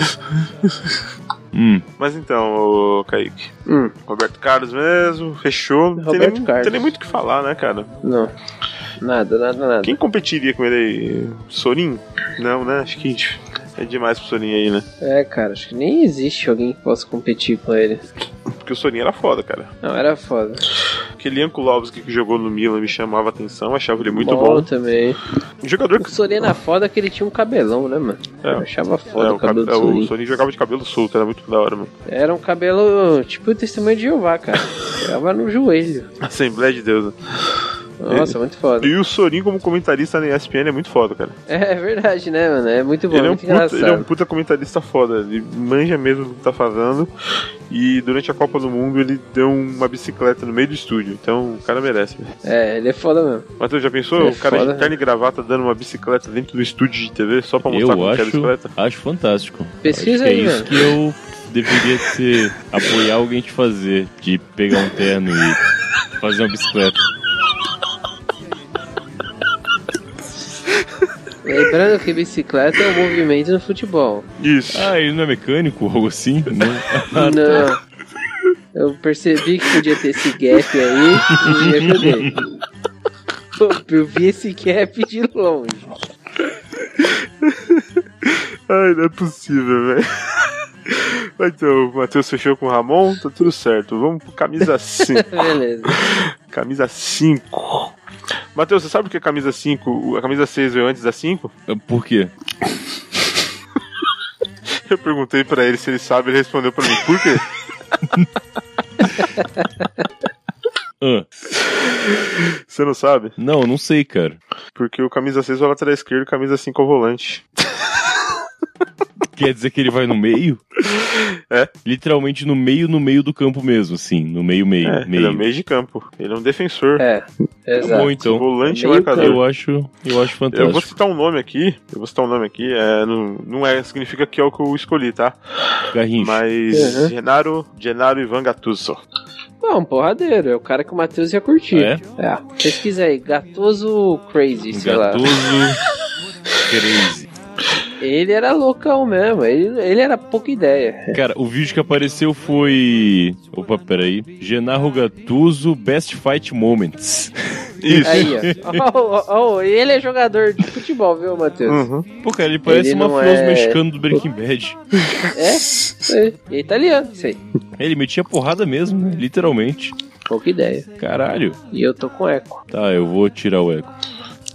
S3: Hum,
S2: Mas então, ô, Kaique.
S4: Hum,
S2: Roberto Carlos mesmo, fechou. Não tem, nem,
S4: Roberto
S2: não
S4: Carlos.
S2: tem nem muito o que falar, né, cara?
S4: não. Nada, nada, nada.
S2: Quem competiria com ele aí? Sorin? Não, né? Acho que é demais pro Sorin aí, né?
S4: É, cara, acho que nem existe alguém que possa competir com ele.
S2: Porque o Sorin era foda, cara.
S4: Não, era foda.
S2: Aquele Ankulovski que jogou no Milan me chamava atenção, achava ele muito
S4: bom.
S2: bom.
S4: também.
S2: Um jogador
S4: O
S2: que.
S4: Sorena foda que ele tinha um cabelão, né, mano?
S2: É.
S4: Eu achava foda
S2: é,
S4: o cabelo
S2: cab- é,
S4: do
S2: o
S4: Sorin.
S2: Sorin jogava de cabelo solto, era muito da hora, mano.
S4: Era um cabelo tipo o testemunho de Jeová, cara. Chegava no joelho.
S2: Assembleia de Deus. né?
S4: Nossa, muito foda.
S2: E o Sorin como comentarista na ESPN é muito foda, cara.
S4: É, é verdade, né, mano? É muito bom,
S2: Ele é, um
S4: muito
S2: puta, ele é um
S4: engraçado.
S2: puta comentarista foda, ele manja mesmo do que tá fazendo. E durante a Copa do Mundo ele deu uma bicicleta no meio do estúdio, então o cara merece. velho.
S4: É, ele é foda mesmo.
S2: Matheus, já pensou?
S4: É
S2: o cara
S4: foda,
S2: de carne e gravata dando uma bicicleta dentro do estúdio de TV só pra mostrar
S3: eu
S2: como que é a
S3: acho,
S2: bicicleta?
S3: acho fantástico.
S4: Pesquisa
S3: acho que é
S4: aí, mano.
S3: isso que eu deveria ser apoiar alguém de fazer, de pegar um terno e fazer uma bicicleta.
S4: Lembrando que bicicleta é um movimento no futebol.
S2: Isso.
S3: Ah, ele não é mecânico ou algo assim? Não. Ah,
S4: Não. Eu percebi que podia ter esse gap aí e me ajudei. Eu vi esse gap de longe.
S2: Ai, não é possível, velho. Mas Então, o Matheus fechou com o Ramon, tá tudo certo. Vamos pro camisa 5.
S4: Beleza.
S2: camisa 5. Matheus, você sabe o que é camisa 5? A camisa 6 veio antes da 5?
S3: Ah, Por quê?
S2: Eu perguntei pra ele se ele sabe, ele respondeu pra mim. Por quê?
S3: Ah,
S2: Você não sabe?
S3: não, não sei, cara.
S2: Porque o camisa 6 é o lateral esquerdo, camisa 5 é o volante.
S3: Quer dizer que ele vai no meio?
S2: É.
S3: Literalmente no meio, no meio do campo mesmo, assim. No meio, meio,
S2: É, ele é
S3: meio.
S2: meio de campo. Ele é um defensor.
S4: É.
S3: Tá bom,
S4: Exato.
S3: então.
S2: Volante e
S4: Meio
S2: marcador.
S3: Eu acho, eu acho
S2: Eu vou
S3: fantástico.
S2: citar um nome aqui. Eu vou citar um nome aqui. é, não, não é, significa que é o que eu escolhi, tá?
S3: Garrincha.
S2: Mas.
S4: Uhum.
S2: Genaro, Genaro Ivan Gattuso.
S4: Bom, porradeiro. É o cara que o Matheus ia curtir.
S3: É?
S4: É. Pesquisa aí. Gatoso Crazy, sei lá.
S3: Gatoso. Crazy.
S4: Ele era loucão mesmo. Ele, ele era pouca ideia.
S3: Cara, o vídeo que apareceu foi. Opa, peraí. Genaro Gattuso Best Fight Moments.
S2: Isso.
S4: Aí, ó. Ó, ó, ó, Ele é jogador de futebol, viu, Matheus?
S3: Hum.
S2: Uhum.
S3: Pô, cara, ele parece
S4: Ele
S3: uma
S4: não
S3: mafioso
S4: é-
S3: mexicano do Breaking Bad.
S4: É? É. É italiano, sei.
S3: Ele metia porrada mesmo, né? Literalmente.
S4: Pouca ideia.
S3: Caralho.
S4: E eu tô com eco.
S3: Tá, eu vou tirar o eco.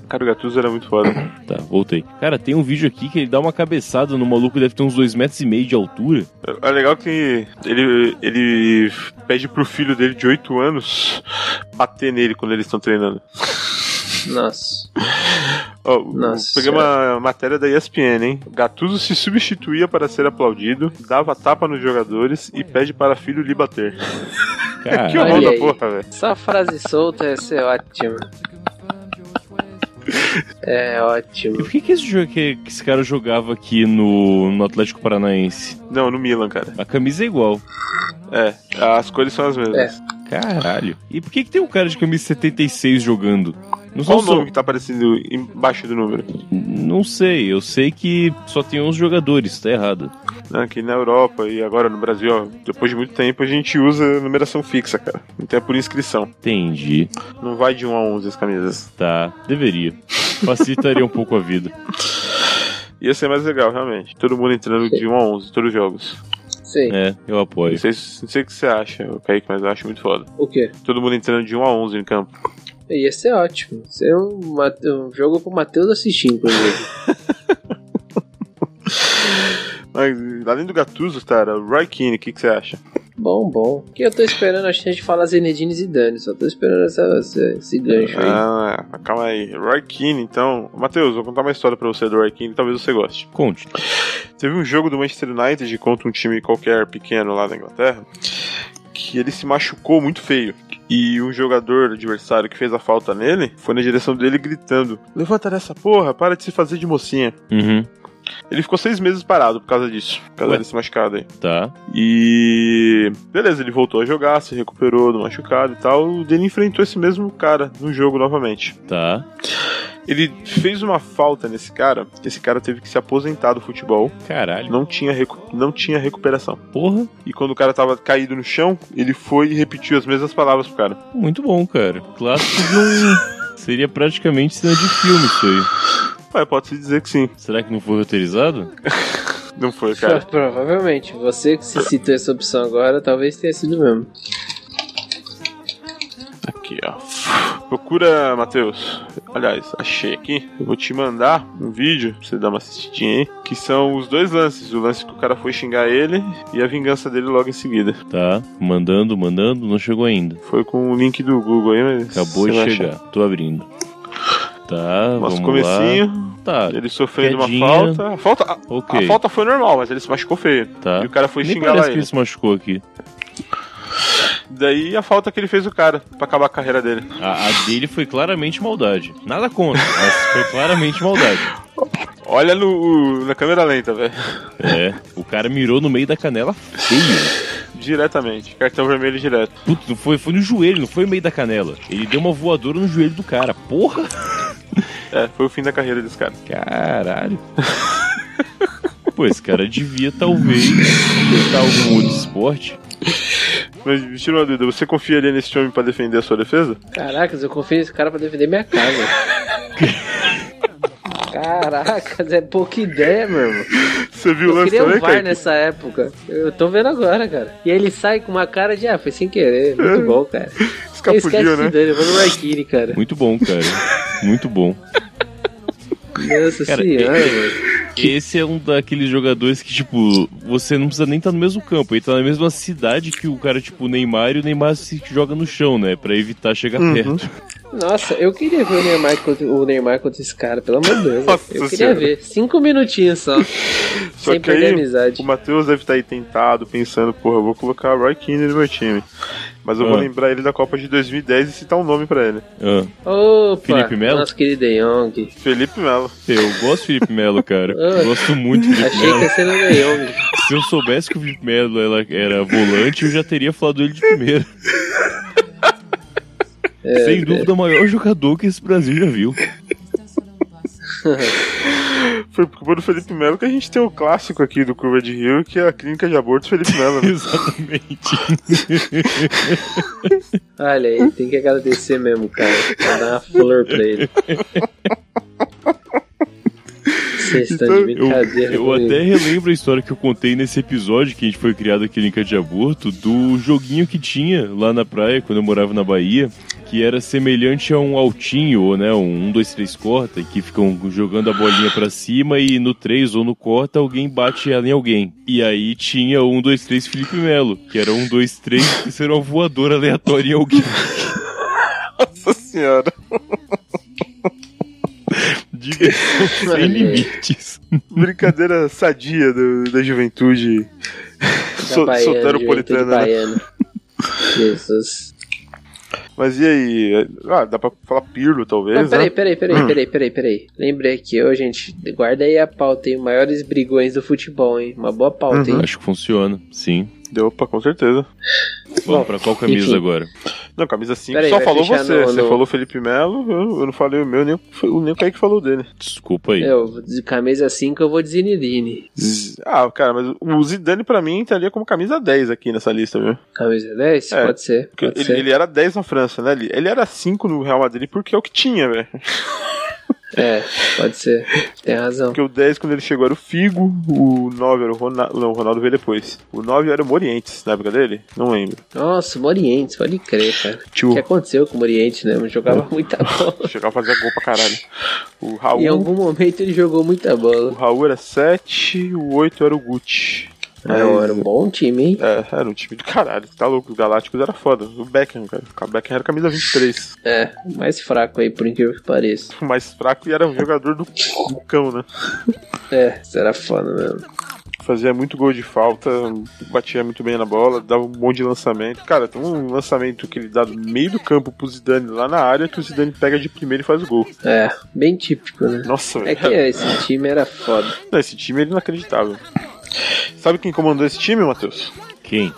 S2: Cara, o Gattuso era muito foda.
S3: Tá, voltei. Cara, tem um vídeo aqui que ele dá uma cabeçada no maluco, deve ter uns dois metros e meio de altura.
S2: É legal que ele, ele pede pro filho dele de 8 anos bater nele quando eles estão treinando.
S4: Nossa.
S2: Ó, o-
S4: Nossa
S2: peguei uma matéria da ESPN, hein? Gattuso se substituía para ser aplaudido, dava tapa nos jogadores e pede para filho lhe bater. Que
S3: Cara,
S4: Olha
S2: horror da
S4: aí.
S2: porra, velho.
S4: Só frase solta essa é ótima. É
S3: e
S4: ótimo.
S3: por que, que, esse, jo- que- que esse cara jogava aqui no, no Atlético Paranaense?
S2: Não, no Milan, cara.
S3: A camisa é igual.
S2: É, as cores são as mesmas.
S3: Caralho. E por que, que tem um cara de camisa 76 jogando? Não
S2: Qual o
S3: são-
S2: nome que tá aparecendo embaixo do número?
S3: Não sei, eu sei que só tem 11 jogadores, tá errado.
S2: né, que na Europa e agora no Brasil, ó, depois de muito tempo, a gente usa numeração fixa, cara. Então é por inscrição.
S3: Entendi,
S2: Não vai de 1 a 11 as camisas.
S3: tá, deveria. Facilitaria um pouco a vida.
S2: Ia ser mais legal, realmente. Todo mundo entrando de 1 a 11, todos os jogos.
S4: Sei.
S3: É, eu
S2: Não
S3: apoio.
S2: sei, não sei o que você acha, ô, Kaique, mas eu acho muito foda.
S4: O quê?
S2: Todo mundo entrando de 1 a 11 em campo.
S4: Ia ser ótimo. Isso é um, ma- um jogo pro Matheus assistir, inclusive.
S2: Mas, além do Gattuso, cara, o Roy Keane, o que, que você acha?
S4: bom, bom. Que eu tô esperando a chance de falar Zenedine e Dani. Só tô esperando essa, essa- esse gancho aí.
S2: Ah, calma aí. Roy Keane, então... Matheus, vou contar uma história pra você do Roy Keane, talvez você goste.
S3: Conte.
S2: Teve um jogo do Manchester United contra um time qualquer pequeno lá da Inglaterra que ele se machucou muito feio. E um jogador adversário que fez a falta nele foi na direção dele gritando: Levanta dessa porra, para de se fazer de mocinha.
S3: Uhum,
S2: Ele ficou seis meses parado por causa disso, por causa
S3: Ué.
S2: desse machucado aí.
S3: tá.
S2: E. Beleza, ele voltou a jogar, se recuperou do machucado e tal. Ele enfrentou esse mesmo cara no jogo novamente.
S3: Tá.
S2: Ele fez uma falta nesse cara, esse cara teve que se aposentar do futebol,
S3: Caralho.
S2: não tinha, recu- não tinha recuperação.
S3: Porra,
S2: E quando o cara tava caído no chão, ele foi e repetiu as mesmas palavras pro cara.
S3: muito bom, cara. Clássico de um. Seria praticamente cena de filme isso aí.
S2: Ué, pode-se dizer que sim.
S3: Será que não foi roteirizado?
S2: Não foi, cara.
S4: Pro- Provavelmente. Você que se citou essa opção agora, talvez tenha sido mesmo.
S2: Aqui, ó. Procura, Matheus. Aliás, achei aqui. Eu vou te mandar um vídeo pra você dar uma assistidinha aí. Que são os dois lances. O lance que o cara foi xingar ele e a vingança dele logo em seguida.
S3: Tá. Mandando, mandando, não chegou ainda.
S2: Foi com o link do Google aí, mas.
S3: Acabou
S2: você vai
S3: de
S2: achar.
S3: chegar. Tô abrindo. Tá,
S2: Nosso
S3: vamos lá.
S2: comecinho,
S3: Tá,
S2: ele sofrendo
S3: Quedinha.
S2: uma falta. A falta, a, a
S3: ok.
S2: falta foi normal, mas ele se machucou feio.
S3: Tá.
S2: E o cara foi
S3: Nem
S2: xingar lá
S3: parece que ele
S2: ele.
S3: se machucou aqui.
S2: Daí a falta que ele fez o cara pra acabar a carreira dele.
S3: A, a dele foi claramente maldade. Nada contra, mas foi claramente maldade.
S2: Olha no, na câmera lenta, velho.
S3: É, o cara mirou no meio da canela feio.
S2: Diretamente. Cartão vermelho direto.
S3: Putz, não foi, foi no joelho, não foi no meio da canela. Ele deu uma voadora no joelho do cara. Porra!
S2: É, foi o fim da carreira desse cara.
S3: Caralho. Pô, esse cara devia talvez tentar algum outro esporte.
S2: Mas me tira uma dúvida, você confiaria nesse homem pra defender a sua defesa?
S4: Caracas, eu confio nesse cara pra defender minha casa. Caracas, é pouca ideia, meu irmão.
S2: Você viu o
S4: Eu
S2: lance
S4: queria um
S2: também,
S4: VAR
S2: cara?
S4: nessa época. Eu tô vendo agora, cara. E aí ele sai com uma cara de, ah, foi sem querer. Muito bom, cara. Eu
S2: Escapuliu,
S4: esquece
S2: né?
S4: de dano, eu vou no Raikiri, cara.
S3: Muito bom, cara. Muito bom.
S4: Nossa
S3: Cara,
S4: senhora,
S3: é-
S4: mano.
S3: Esse é um daqueles jogadores que, tipo, você não precisa nem estar no mesmo campo. Ele tá na mesma cidade que o cara, tipo, o Neymar, e o Neymar se joga no chão, né? Pra evitar chegar perto.
S4: Nossa, eu queria ver o Neymar contra, o Neymar contra esse cara, pelo amor de Deus.
S2: Nossa
S4: eu queria
S2: senhora.
S4: ver. Cinco minutinhos só.
S2: Só
S4: sem
S2: que aí,
S4: perder a amizade.
S2: o Matheus deve estar aí tentado, pensando, porra, eu vou colocar Roy Keane no meu time. Mas eu vou
S3: Ah.
S2: lembrar ele da Copa de 2010 e citar um nome pra ele.
S3: Ah,
S4: Opa,
S3: Felipe Melo?
S4: nosso querido De Jong.
S2: Felipe Melo.
S3: eu gosto do Felipe Melo, cara.
S4: Ah.
S3: Eu gosto muito do Felipe
S4: Achei que
S3: Melo.
S4: ia ser no De Jong.
S3: Se eu soubesse que o Felipe Melo ela- era volante, eu já teria falado ele de primeira.
S4: É,
S3: Sem dúvida, o maior jogador que esse Brasil já viu.
S2: Foi por culpa do Felipe Melo que a gente tem o clássico aqui do Curva de Rio, que é a clínica de aborto Felipe Melo. né?
S3: Exatamente.
S4: Olha aí, tem que agradecer mesmo, cara. Dar uma flor pra ele. Vocês estão de
S3: Eu,
S4: brincadeira.
S3: eu
S4: comigo.
S3: até relembro a história que eu contei nesse episódio que a gente foi criado aqui em Clínica de Aborto, do joguinho que tinha lá na praia, quando eu morava na Bahia, que era semelhante a um altinho, ou né, um 1, 2, 3 corta, que ficam jogando a bolinha pra cima e no 3 ou no corta alguém bate ela em alguém. E aí tinha o 1, 2, 3 Felipe Melo, que era 1, 2, 3 que seria uma voadora aleatória em alguém.
S2: Nossa senhora.
S3: Diversão sem limites.
S2: Brincadeira sadia do- da juventude so,
S4: baiana, juventude
S2: soteropolitana. Né?
S4: baiana. Jesus.
S2: Mas e aí? Ah, dá pra falar Pirlo,
S4: Não,
S2: talvez,
S4: peraí,
S2: né?
S4: peraí, peraí, peraí, peraí, peraí. Lembrei aqui, ô gente, guarda aí a pauta, hein? Maiores brigões do futebol, hein? Uma boa pauta,
S2: Uhum.
S4: hein?
S3: Acho que funciona, sim.
S2: Deu pra, com certeza.
S3: Vamos pra qual camisa
S4: enfim.
S3: agora?
S2: Não, camisa 5
S4: Peraí,
S2: só
S4: vai
S2: falou
S4: fechar
S2: você.
S4: no-
S2: Você
S4: no-
S2: falou Felipe Melo, eu, eu não falei o meu, nem, o- nem o Kaique falou dele.
S3: Desculpa aí.
S4: Eu, de camisa 5 eu vou de Zinedine.
S2: Z- Ah, cara, mas o Zidane pra mim estaria como camisa 10 aqui nessa lista, viu?
S4: Camisa 10?
S2: É,
S4: pode ser,
S2: Porque
S4: pode
S2: ele,
S4: ser.
S2: ele era 10 na França, né? Ele, ele era 5 no Real Madrid porque é o que tinha, velho.
S4: É, pode ser. Tem razão.
S2: Porque o 10, quando ele chegou, era o Figo, o 9 era o Ronaldo. Não, o Ronaldo veio depois. O 9 era o Morientes, na época dele? Não lembro.
S4: Nossa, o Morientes, pode crer, cara.
S2: Tio.
S4: O que aconteceu com o Morientes, né? Não Jogava muita bola.
S2: Chegava a fazer gol pra caralho. O Raul.
S4: Em algum momento ele jogou muita
S2: O
S4: bola.
S2: Raul era 7, o 8 era o Gucci.
S4: Ah, era um bom time, hein?
S2: É, era um time do caralho, tá louco, os Galácticos era foda. O Beckham, cara. O Beckham era camisa 23.
S4: É, o mais fraco aí, por incrível que pareça.
S2: O mais fraco e era um jogador do, do cão, né?
S4: É, isso era foda mesmo.
S2: Fazia muito gol de falta, batia muito bem na bola, dava um monte de lançamento. Cara, tem um lançamento que ele dá no meio do campo pro Zidane lá na área que o Zidane pega de primeiro e faz o gol.
S4: É, bem típico, né?
S2: Nossa,
S4: É
S2: velho.
S4: que esse time era foda.
S2: Não, esse time é inacreditável. Sabe quem comandou esse time, Matheus?
S3: Quem?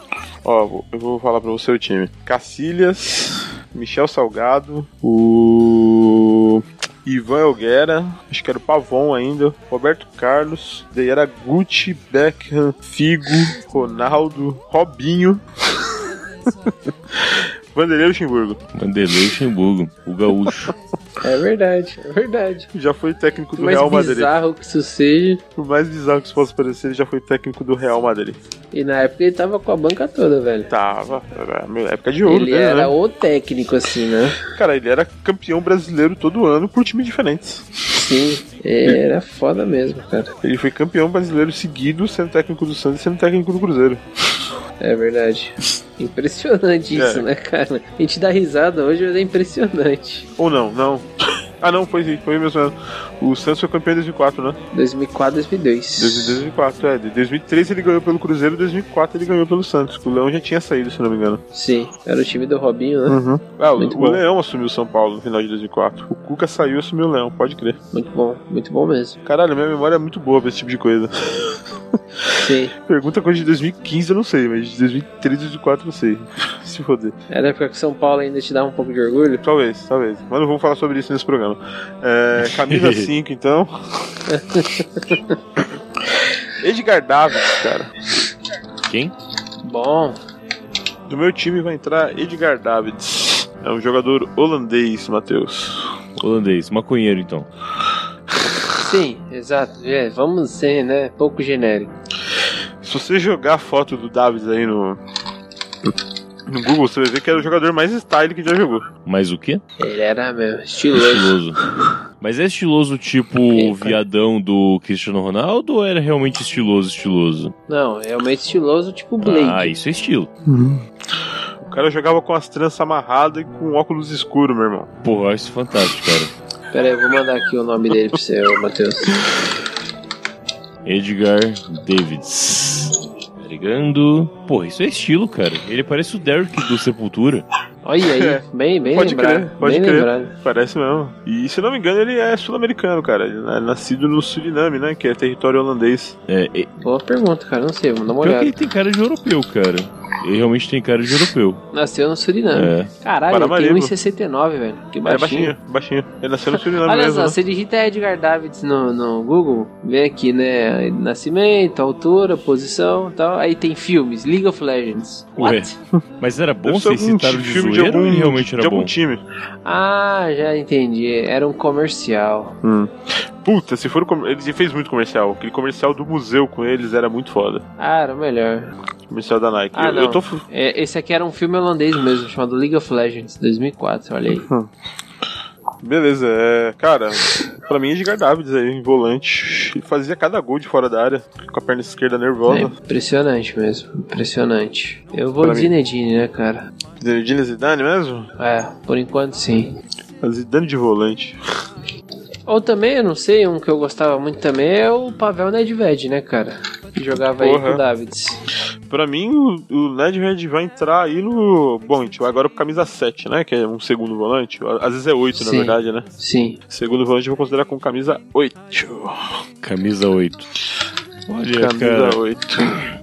S2: Ó, vou- eu vou falar pra você o time. Cacilhas, Michel Salgado, o Ivan Elguera, acho que era o Pavon ainda, Roberto Carlos, daí era Gucci, Beckham, Figo, Ronaldo, Robinho, Vanderlei Luxemburgo.
S3: Vanderlei Luxemburgo, o gaúcho.
S4: É verdade, é verdade.
S2: Já foi técnico
S4: Por
S2: do
S4: mais
S2: Real Madrid.
S4: bizarro que isso seja.
S2: Por mais bizarro que isso possa parecer, ele já foi técnico do Real Madrid.
S4: E na época ele tava com a banca toda, velho.
S2: Tava, era a época de ouro
S4: Ele
S2: dele,
S4: era
S2: né?
S4: o técnico, assim, né?
S2: Cara, ele era campeão brasileiro todo ano por times diferentes.
S4: Sim, era foda mesmo, cara.
S2: Ele foi campeão brasileiro seguido, sendo técnico do Santos e sendo técnico do Cruzeiro.
S4: É verdade. Impressionante isso,
S2: É.
S4: né, cara? A gente dá risada hoje, mas é impressionante.
S2: Ou não, não. Ah, não, foi sim, foi mesmo. né? O Santos foi campeão em 2004, né?
S4: 2004, 2002.
S2: 2004, é. De 2003 ele ganhou pelo Cruzeiro, 2004 ele ganhou pelo Santos. O Leão já tinha saído, se não me engano.
S4: Sim, era o time do Robinho, né?
S2: Uhum. Ah, o,
S4: Muito
S2: o
S4: bom.
S2: Leão assumiu o São Paulo no final de 2004. O Cuca saiu e assumiu o Leão, pode crer.
S4: Muito bom, muito bom mesmo.
S2: Caralho, minha memória é muito boa pra esse tipo de coisa.
S4: Sim,
S2: Pergunta coisa de 2015 eu não sei, mas de 2003 2004 eu sei. se foder.
S4: era a época que São Paulo ainda te dava um pouco de orgulho.
S2: Talvez, talvez. Mas não vou falar sobre isso nesse programa. É, camisa 5, então. Edgar Davids, cara.
S3: Quem?
S4: Bom,
S2: Do meu time vai entrar Edgar Davids. É um jogador holandês, Matheus.
S3: Holandês, maconheiro então.
S4: sim, exato. É, vamos ser, né? Pouco genérico.
S2: Se você jogar a foto do Davids aí no. No Google, você vai ver que era o jogador mais style que já jogou.
S3: Mas o quê?
S4: Ele era mesmo, estiloso.
S3: Estiloso. Mas é estiloso tipo o viadão do Cristiano Ronaldo ou era realmente estiloso, estiloso?
S4: Não, realmente estiloso, tipo Blade.
S3: Ah, isso é estilo.
S2: O cara jogava com as tranças amarradas e com óculos escuros, meu irmão.
S3: Porra, isso é fantástico, cara.
S4: Pera aí, eu vou mandar aqui o nome dele pra você, ô, Matheus.
S3: Edgar Davids. Carregando. Porra, isso é estilo, cara. Ele parece o Derek do Sepultura.
S4: Olha aí,
S2: É.
S4: bem, bem
S2: Pode
S4: lembrado.
S2: crer, pode
S4: bem
S2: crer.
S4: lembrado.
S2: Parece mesmo. E se eu não me engano, ele é sul-americano, cara. Ele é nascido no Suriname, né? Que é território holandês.
S3: É, é,
S4: Boa pergunta, cara, não sei, vamos dar uma
S3: pior que
S4: olhada.
S3: ele tem cara de europeu, cara. Ele realmente tem cara de europeu.
S4: Nasceu no Suriname.
S3: É.
S4: Caralho, um ele
S2: Paramaribo.
S4: tem 1,69, velho. Que
S2: É
S4: baixinho.
S2: baixinho, baixinho. Ele nasceu no Suriname
S4: Olha
S2: mesmo.
S4: só,
S2: né?
S4: você digita Edgar Davids no, no Google, vem aqui, né? Nascimento, altura, posição e tal. Aí tem filmes, League of Legends.
S3: Ué.
S4: What?
S3: Mas era bom
S2: Deve ser
S3: vocês
S2: algum
S3: citaram de
S2: um filme
S3: zoeira ou ele realmente
S2: de
S3: era
S2: algum
S3: bom?
S2: time.
S4: Ah, já entendi. Era um comercial.
S2: Puta, se for o com- ele fez muito comercial. Aquele comercial do museu com eles era muito foda.
S4: Ah, era o melhor.
S2: Comercial da Nike.
S4: Ah,
S2: eu,
S4: não.
S2: eu tô f-
S4: É, Esse aqui era um filme holandês mesmo, chamado League of Legends, 2004, olha aí.
S2: Beleza, é. Cara, pra mim Edgar Davids aí, em volante. Ele fazia cada gol de fora da área, com a perna esquerda
S4: É
S2: nervosa.
S4: impressionante mesmo, impressionante. Eu vou
S2: Pra
S4: de
S2: mim.
S4: Zinedine, né, cara?
S2: Zinedine Zidane mesmo?
S4: É, por enquanto sim.
S2: A Zidane de volante.
S4: Ou também, eu não sei, um que eu gostava muito também é o Pavel Nedved, né, cara? Que jogava aí
S2: Porra.
S4: com o Davids.
S2: Pra mim, o, o Nedved vai entrar aí no. Bom, a gente vai agora pro camisa 7, né? Que é um segundo volante. Às vezes é 8, na
S4: Sim.
S2: verdade, né?
S4: Sim.
S2: Segundo volante eu vou considerar como camisa 8.
S3: Camisa 8. Olha,
S2: camisa
S3: cara,
S2: 8.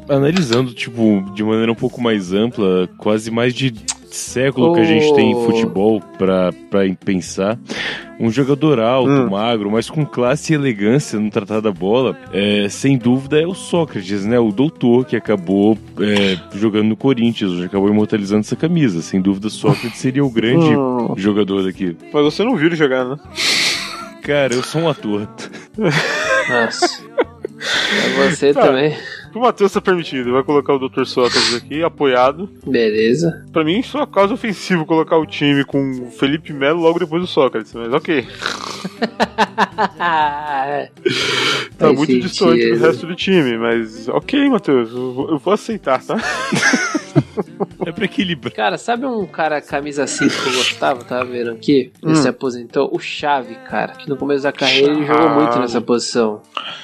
S3: analisando, tipo, de maneira um pouco mais ampla, quase mais de século que a gente
S4: Oh.
S3: tem em futebol pra, pra pensar. Um jogador alto,
S2: Hum.
S3: magro, mas com classe e elegância no tratar da bola, é, sem dúvida é o Sócrates, né? O doutor que acabou é, jogando no Corinthians, hoje acabou imortalizando essa camisa. Sem dúvida, Sócrates seria o grande
S2: Hum.
S3: jogador daqui.
S2: Mas você não viu ele jogar, né?
S3: Cara, eu sou um ator.
S4: Nossa. É você
S2: Tá.
S4: também.
S2: O Matheus tá permitido, vai colocar o Dr. Sócrates aqui, apoiado.
S4: Beleza.
S2: Pra mim, só causa ofensivo colocar o time com o Felipe Melo logo depois do Sócrates, mas ok. Tá
S4: Faz
S2: muito distante do
S4: sentido.
S2: resto do time, mas ok, Matheus, eu vou- eu vou aceitar, tá?
S3: É pra equilibrar.
S4: Cara, sabe um cara camisa 5 que eu gostava, tava vendo aqui? Ele
S2: Hum.
S4: se aposentou? O Chave, cara. Que no começo da carreira ele
S2: Ah.
S4: jogou muito nessa posição.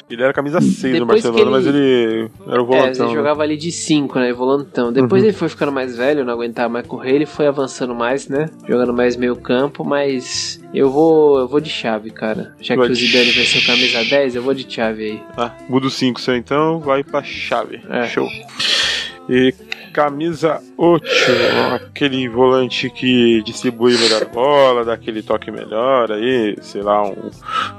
S2: Ele era camisa 6 do
S4: Depois que
S2: Barcelona, mas
S4: ele-
S2: ele era o
S4: É,
S2: volantão.
S4: ele
S2: né? Uhum.
S4: jogava ali de 5, né? Volantão. Depois ele foi ficando mais velho, não aguentava mais correr, ele foi avançando mais, né? Jogando mais meio campo, mas eu vou eu vou de Chave, cara. Já que
S2: Vai
S4: o
S2: de-
S4: Zidane vai ser o camisa 10, eu vou de Chave aí.
S2: Ah, muda o 5 seu então, vai pra chave.
S4: É.
S2: Show. E camisa 8, aquele volante que distribui melhor a bola, dá aquele toque melhor aí, sei lá, um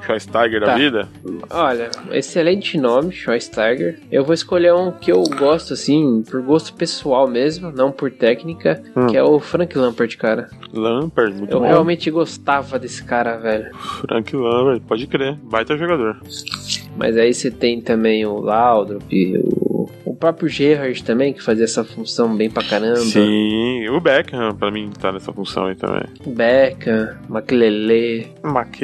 S2: Schweinsteiger da
S4: Tá.
S2: vida.
S4: Olha, excelente nome, Schweinsteiger. Eu vou escolher um que eu gosto, assim, por gosto pessoal mesmo, não por técnica,
S2: Hum.
S4: que é o Frank Lampard, cara.
S2: Lampard, muito
S4: Eu
S2: bom.
S4: realmente gostava desse cara, velho.
S2: Frank Lampard, pode crer, baita jogador.
S4: Mas aí você tem também o Laudrup, o, o próprio Gerrard também, que fazia essa função bem pra caramba.
S2: Sim, o Beckham pra mim tá nessa função aí também.
S4: Beckham, Maquilele.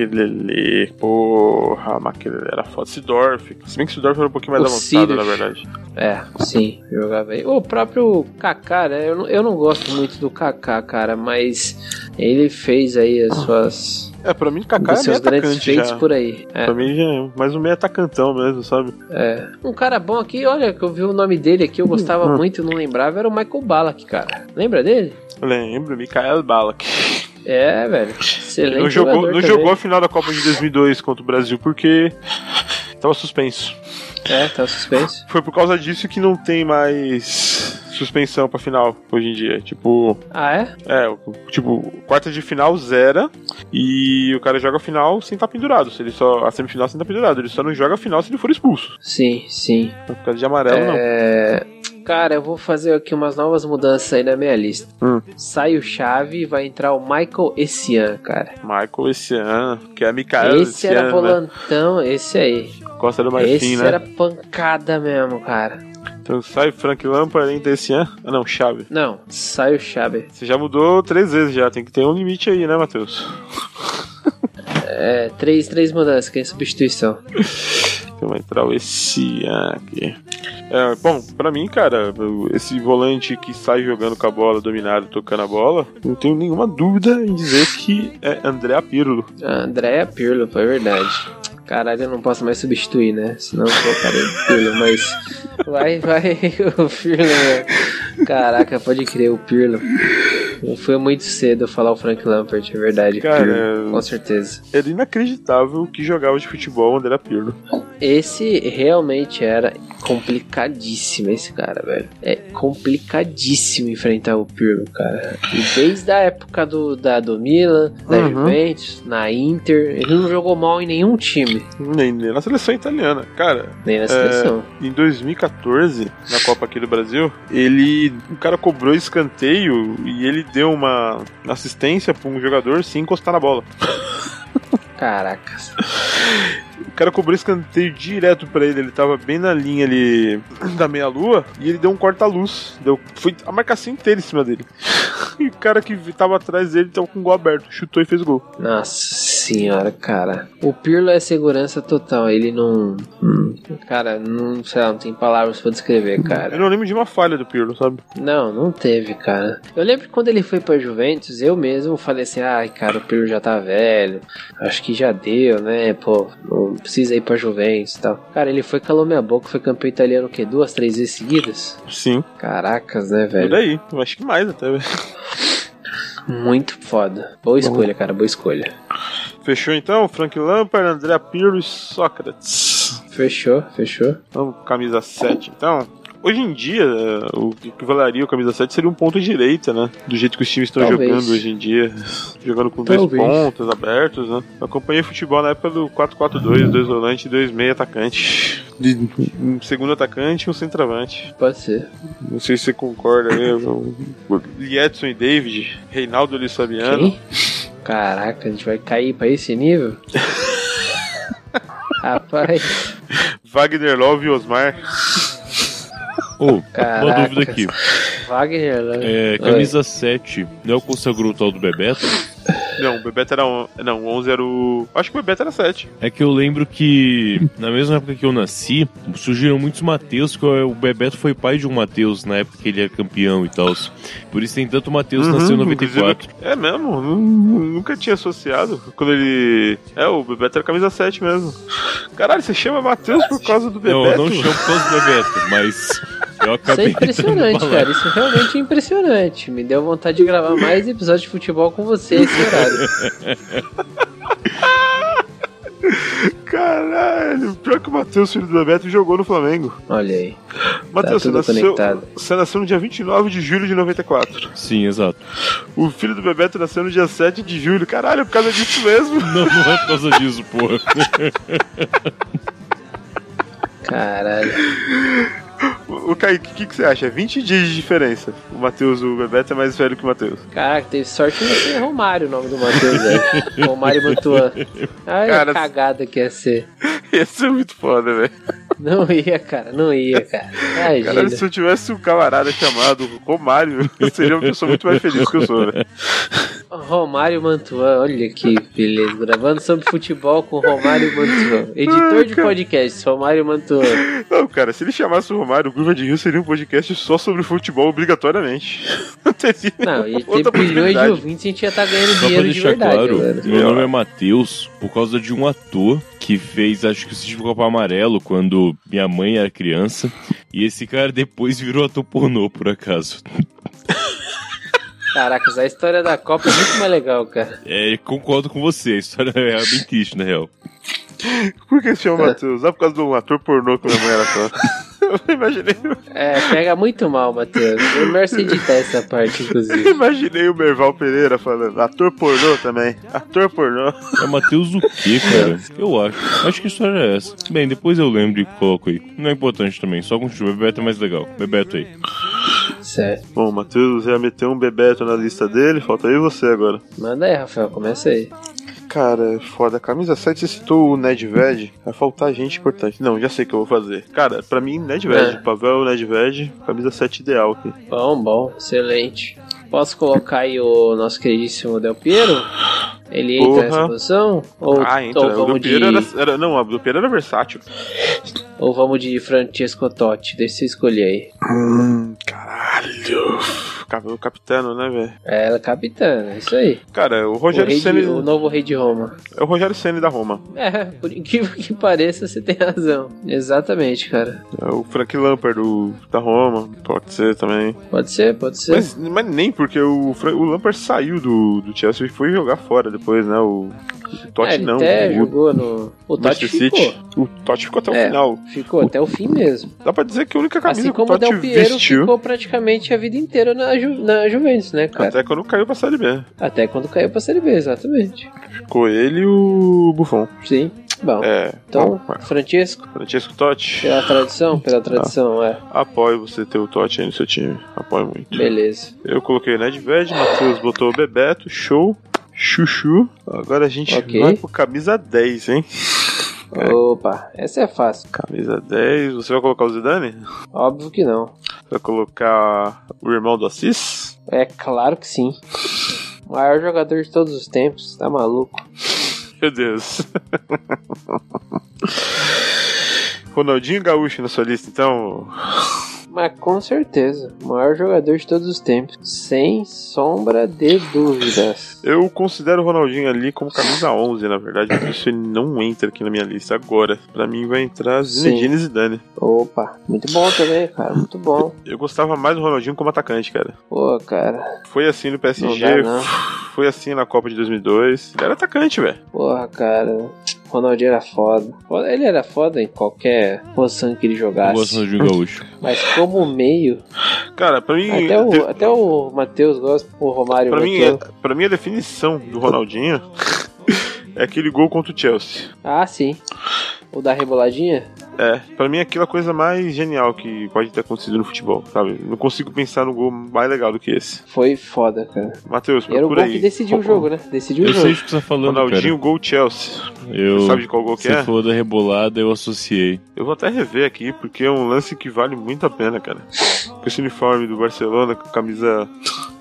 S2: Maquelele, porra, Maquelele era foda. Sidorf, se bem que Sidorf era um pouquinho mais
S4: O
S2: avançado,
S4: Seedorf.
S2: na verdade.
S4: É, sim, jogava aí. O próprio Kaká, né? Eu não, eu não gosto muito do Kaká, cara, mas ele fez aí as suas.
S2: É, pra mim Kaká
S4: Um dos
S2: é meio
S4: seus grandes
S2: atacante
S4: feitos
S2: já.
S4: por aí. É.
S2: Pra mim já é mais um meio atacantão mesmo, sabe?
S4: É. Um cara bom aqui, olha, que eu vi o nome dele aqui, eu gostava
S2: Hum.
S4: muito, não lembrava, era o Michael Ballack, cara. Lembra dele?
S2: Lembro, Mikael Balak.
S4: É, velho. Excelente
S2: Não, jogou,
S4: jogador
S2: não
S4: também.
S2: jogou a final da Copa de 2002 contra o Brasil porque tava suspenso.
S4: É, tá suspenso.
S2: Foi por causa disso que não tem mais suspensão pra final hoje em dia. Tipo,
S4: Ah, é?
S2: é, o- tipo, quarta de final zera e o cara joga a final sem estar pendurado. Se ele só a semifinal sem estar pendurado, ele só não joga a final se ele for expulso.
S4: Sim, sim.
S2: Por causa de amarelo não.
S4: É... Cara, eu vou fazer aqui umas novas mudanças aí na minha lista.
S2: Hum.
S4: Sai o Chave e vai entrar o Michael Essien, cara.
S2: Michael esse ano, que é Mikael
S4: esse
S2: esse ano,
S4: era
S2: né?
S4: volantão, esse aí.
S2: Costa do Marfim,
S4: esse
S2: né?
S4: era pancada mesmo, cara.
S2: Então sai Frank Lampard entra esse ano. Ah não, chave.
S4: Não, sai o Chave.
S2: Você já mudou três vezes já, tem que ter um limite aí, né, Matheus?
S4: É, três, três mudanças, que é substituição.
S2: Então vai entrar o esse aqui. É, bom, pra mim, cara, eu- esse volante que sai jogando com a bola, dominado, tocando a bola, não tenho nenhuma dúvida em dizer que é André Pirlo.
S4: Andréa é Pirlo, foi verdade. Caralho, eu não posso mais substituir, né? Senão eu colocarei o Pirlo, mas. Vai, vai, o Pirlo. né? Caraca, pode crer, o Pirlo. Foi muito cedo eu falar o Frank Lampert, é verdade.
S2: Cara,
S4: Pirlo, com certeza.
S2: Era inacreditável que jogava de futebol o André Pirlo.
S4: Esse realmente era complicadíssimo, esse cara, velho. É complicadíssimo enfrentar o Pirlo, cara. E desde a época do, da, do Milan, da
S2: Uhum.
S4: Juventus, na Inter, ele não jogou mal em nenhum time,
S2: Nem, nem na seleção italiana. Cara,
S4: nem na seleção.
S2: em 2014, na Copa aqui do Brasil, ele. O cara cobrou escanteio e ele deu uma assistência pra um jogador sem encostar na bola.
S4: É. Caracas.
S2: O cara cobrou escanteio direto pra ele, ele tava bem na linha ali da meia-lua e ele deu um corta-luz. Deu, foi a marcação inteira em cima dele. E o cara que tava atrás dele tava com o gol aberto, um chutou e fez gol.
S4: Nossa. senhora, cara. O Pirlo é segurança total. Ele não. hum, Cara, não sei lá, não tem palavras pra descrever,
S2: Eu
S4: cara.
S2: não lembro de uma falha do Pirlo, sabe?
S4: Não, não teve, cara. Eu lembro que quando ele foi pra Juventus, eu mesmo falei assim: ai, cara, o Pirlo já tá velho. Acho que já deu, né? Pô, não precisa ir pra Juventus e tal. Cara, ele foi, calou minha boca, foi campeão italiano o quê? Duas, três vezes seguidas?
S2: Sim.
S4: Caracas, né,
S2: Por
S4: velho?
S2: aí. Eu Acho que mais até. velho.
S4: Muito foda. Boa escolha, cara, boa escolha.
S2: Fechou então? Frank Lampard, André Pirlo e Sócrates.
S4: Fechou, fechou.
S2: Vamos com Então, camisa 7 então. Hoje em dia, eh, o que valeria o camisa 7 seria um ponto direita, né? Do jeito que os times estão
S4: Talvez.
S2: jogando hoje em dia. Jogando com dois
S4: Talvez.
S2: pontos abertos, né? Eu acompanhei futebol na época do 4-4-2, dois volante e dois meia atacante. De- Um segundo atacante e um centroavante.
S4: Pode ser.
S2: Não sei se você concorda aí. eu- Edson e David, Reinaldo e Luiz Fabiano.
S4: Quem? Caraca, a gente vai cair pra esse nível? Rapaz,
S2: Wagner Love e Osmar.
S3: Ô, uma
S4: Caraca.
S3: dúvida aqui.
S4: Wagner. né?
S3: É, camisa 7, não é o que consagrou o tal do Bebeto?
S2: Não, o Bebeto era. Um, não, o 11 era o. Acho que o Bebeto era 7.
S3: É que eu lembro que, na mesma época que eu nasci, surgiram muitos Mateus, que o Bebeto foi pai de um Mateus na época que ele era campeão e tal. Por isso tem tanto Mateus que
S2: Uhum,
S3: nasceu em
S2: inclusive-
S3: 94.
S2: É mesmo? nu- Nunca tinha associado. Quando ele. É, o Bebeto era camisa 7 mesmo. Caralho, você chama Matheus por causa do
S3: Não,
S2: Bebeto?
S3: eu não chamo por causa do Bebeto, mas eu
S4: Isso é
S3: acabei.
S4: impressionante,
S3: dando
S4: cara. Isso é realmente impressionante. Me deu vontade de gravar mais episódios de futebol com você esse horário.
S2: Caralho, pior que o Matheus, filho do Bebeto, jogou no Flamengo.
S4: Olha aí.
S2: Matheus,
S4: tudo
S2: você, nasceu,
S4: conectado.
S2: você nasceu no dia 29 de julho de 94.
S3: balada. Sim, exato.
S2: O filho do Bebeto nasceu no dia 7 de julho. Caralho, é por causa disso mesmo.
S3: Não, não é por causa disso, porra.
S4: Caralho.
S2: O o Kaique, o que, que você acha? 20 dias de diferença. O Matheus, o Bebeto é mais velho que o Matheus.
S4: Caraca, teve sorte que não ser Romário o nome do Matheus, velho. Romário Mantuan. Ai,
S2: Cara,
S4: a cagada que ia ser.
S2: Esse é muito foda, velho.
S4: Não ia, cara. Não ia, cara.
S2: Cara,
S4: Imagina.
S2: se eu tivesse um camarada chamado Romário, eu seria uma pessoa muito mais feliz que eu sou, velho.
S4: Romário Mantuan, olha que beleza. Gravando sobre futebol com Romário Mantuan. Editor
S2: Ai,
S4: de
S2: cara.
S4: podcasts, Romário Mantuan.
S2: Não, cara, se ele chamasse o Romário, o Curva de Rio seria um podcast só sobre futebol, obrigatoriamente. Não teria
S4: Não, ia ter
S2: outra
S4: bilhões de
S2: possibilidade.
S4: ouvintes e a gente ia estar ganhando
S3: Só pra
S4: dinheiro de
S3: deixar
S4: verdade.
S3: claro,
S4: galera.
S3: meu nome é Matheus por causa de um ator que fez, acho que o Sítio do Copa Amarelo, quando minha mãe era criança. E esse cara depois virou ator pornô, por acaso.
S4: Caracas, a história da Copa é muito mais legal, cara.
S3: É, concordo com você, a história é bem triste, na real.
S2: Por que se
S4: É.
S2: chama Matheus? Ah, por causa de um ator pornô que minha mãe era só. Eu imaginei,
S4: É, pega muito mal, Matheus. É melhor você editar essa parte,
S2: eu
S4: inclusive.
S2: imaginei o Merval Pereira falando, ator pornô também, ator pornô.
S3: É Matheus o quê, cara? Eu acho. Acho que a história é essa. Bem, depois eu lembro e coloco aí. Não é importante também, só continua. Bebeto é mais legal. Bebeto aí.
S4: Certo.
S2: Bom, o Matheus já meteu um Bebeto na lista dele, falta aí você agora.
S4: Manda aí, Rafael, começa aí.
S2: Cara, é foda. Camisa 7, você citou o Nedved. Vai faltar gente importante. Não, já sei o que eu vou fazer. Cara, pra mim, Nedved.
S4: É.
S2: Pavel, Nedved. Camisa 7 ideal aqui.
S4: Bom, bom, excelente. Posso colocar aí o nosso queridíssimo Del Piero? Ele entra
S2: Porra.
S4: nessa posição? Ou,
S2: ah,
S4: ou
S2: então. O do
S4: vamos de,
S2: Piero era, era- Não, o do Piero era versátil.
S4: ou vamos de Francesco Totti? Deixa eu escolher aí.
S2: Hum, Caralho. Ficava o capitano, né, velho?
S4: Era capitã, é isso aí.
S2: Cara, o
S4: O,
S2: Rogério
S4: rei de-
S2: Ceni.
S4: o novo rei de Roma.
S2: É o Rogério Ceni da Roma.
S4: É, por incrível que pareça, você tem razão. Exatamente, cara.
S2: É o Frank Lampard do, da Roma. Pode ser também.
S4: Pode ser, pode ser.
S2: Mas, mas nem porque o, Fra- o Lampard saiu do, do Chelsea e foi jogar fora depois, né? O, o
S4: É,
S2: Totti
S4: ele
S2: não.
S4: até
S2: o,
S4: jogou no. O Totti
S2: Manchester
S4: ficou.
S2: City. O Totti ficou até o
S4: É.
S2: final.
S4: Ficou até o fim mesmo.
S2: Dá pra dizer que a única camisa
S4: Assim
S2: que o
S4: como o
S2: Totti
S4: Del Piero
S2: vestiu.
S4: ficou praticamente a vida inteira na, Ju- na Juventus, né, cara?
S2: Até quando caiu pra Série B.
S4: Até quando caiu pra Série B, exatamente.
S2: Ficou ele e o Buffon.
S4: Sim. Bom,
S2: É.
S4: então,
S2: bom, Tá. é.
S4: Francesco,
S2: Francesco Totti,
S4: pela tradição, pela tradição, é.
S2: apoio você ter o Totti aí no seu time. Apoio muito.
S4: Beleza.
S2: Eu coloquei o Nedved, Matheus botou o Bebeto, show. Chuchu. Agora a gente
S4: Ok.
S2: vai pro camisa 10, hein? É.
S4: Opa, essa é fácil.
S2: Camisa 10. Você vai colocar o Zidane? Você
S4: Óbvio que não.
S2: vai colocar o irmão do Assis?
S4: É claro que sim. Maior jogador de todos os tempos, tá maluco?
S2: Meu Deus. Ronaldinho Gaúcho na sua lista, então.
S4: Mas com certeza, o maior jogador de todos os tempos. Sem sombra de dúvidas.
S2: Eu considero o Ronaldinho ali como camisa 11, na verdade. Por isso ele não entra aqui na minha lista agora. Pra mim vai entrar Zinedine Zidane.
S4: Opa, muito bom também, cara. Muito bom.
S2: Eu gostava mais do Ronaldinho como atacante, cara.
S4: Pô, cara.
S2: Foi assim no PSG,
S4: Não dá, né? não.
S2: foi assim na Copa de 2002. Ele era atacante, velho.
S4: Porra, cara. Ronaldinho era foda. Foda- Ele era foda em qualquer posição que ele
S3: Eu
S4: jogasse.
S3: gosto do Ronaldinho Gaúcho.
S4: Mas como meio.
S2: Cara, pra mim.
S4: Até o,
S2: te-
S4: até o Matheus gosta, o Romário
S2: Pra mim, é.
S4: meteu.
S2: pra mim, a definição do Ronaldinho é aquele gol contra o Chelsea.
S4: Ah, sim. O da reboladinha?
S2: É, pra mim, é aquela coisa mais genial que pode ter acontecido no futebol, sabe? Não consigo pensar no gol mais legal do que esse.
S4: Foi foda, cara.
S2: Matheus,
S4: E era o
S2: procura
S4: gol
S2: aí.
S4: que decidiu o jogo, né? Decidiu o
S3: Eu sei
S4: jogo.
S3: o que você tá falando,
S2: Ronaldinho, gol Chelsea.
S3: cara. Eu,
S2: Você sabe de qual gol que
S3: Você
S2: é?
S3: falou da rebolada, eu associei.
S2: Eu vou até rever aqui, porque é um lance que vale muito a pena, cara. Com esse uniforme do Barcelona, com camisa,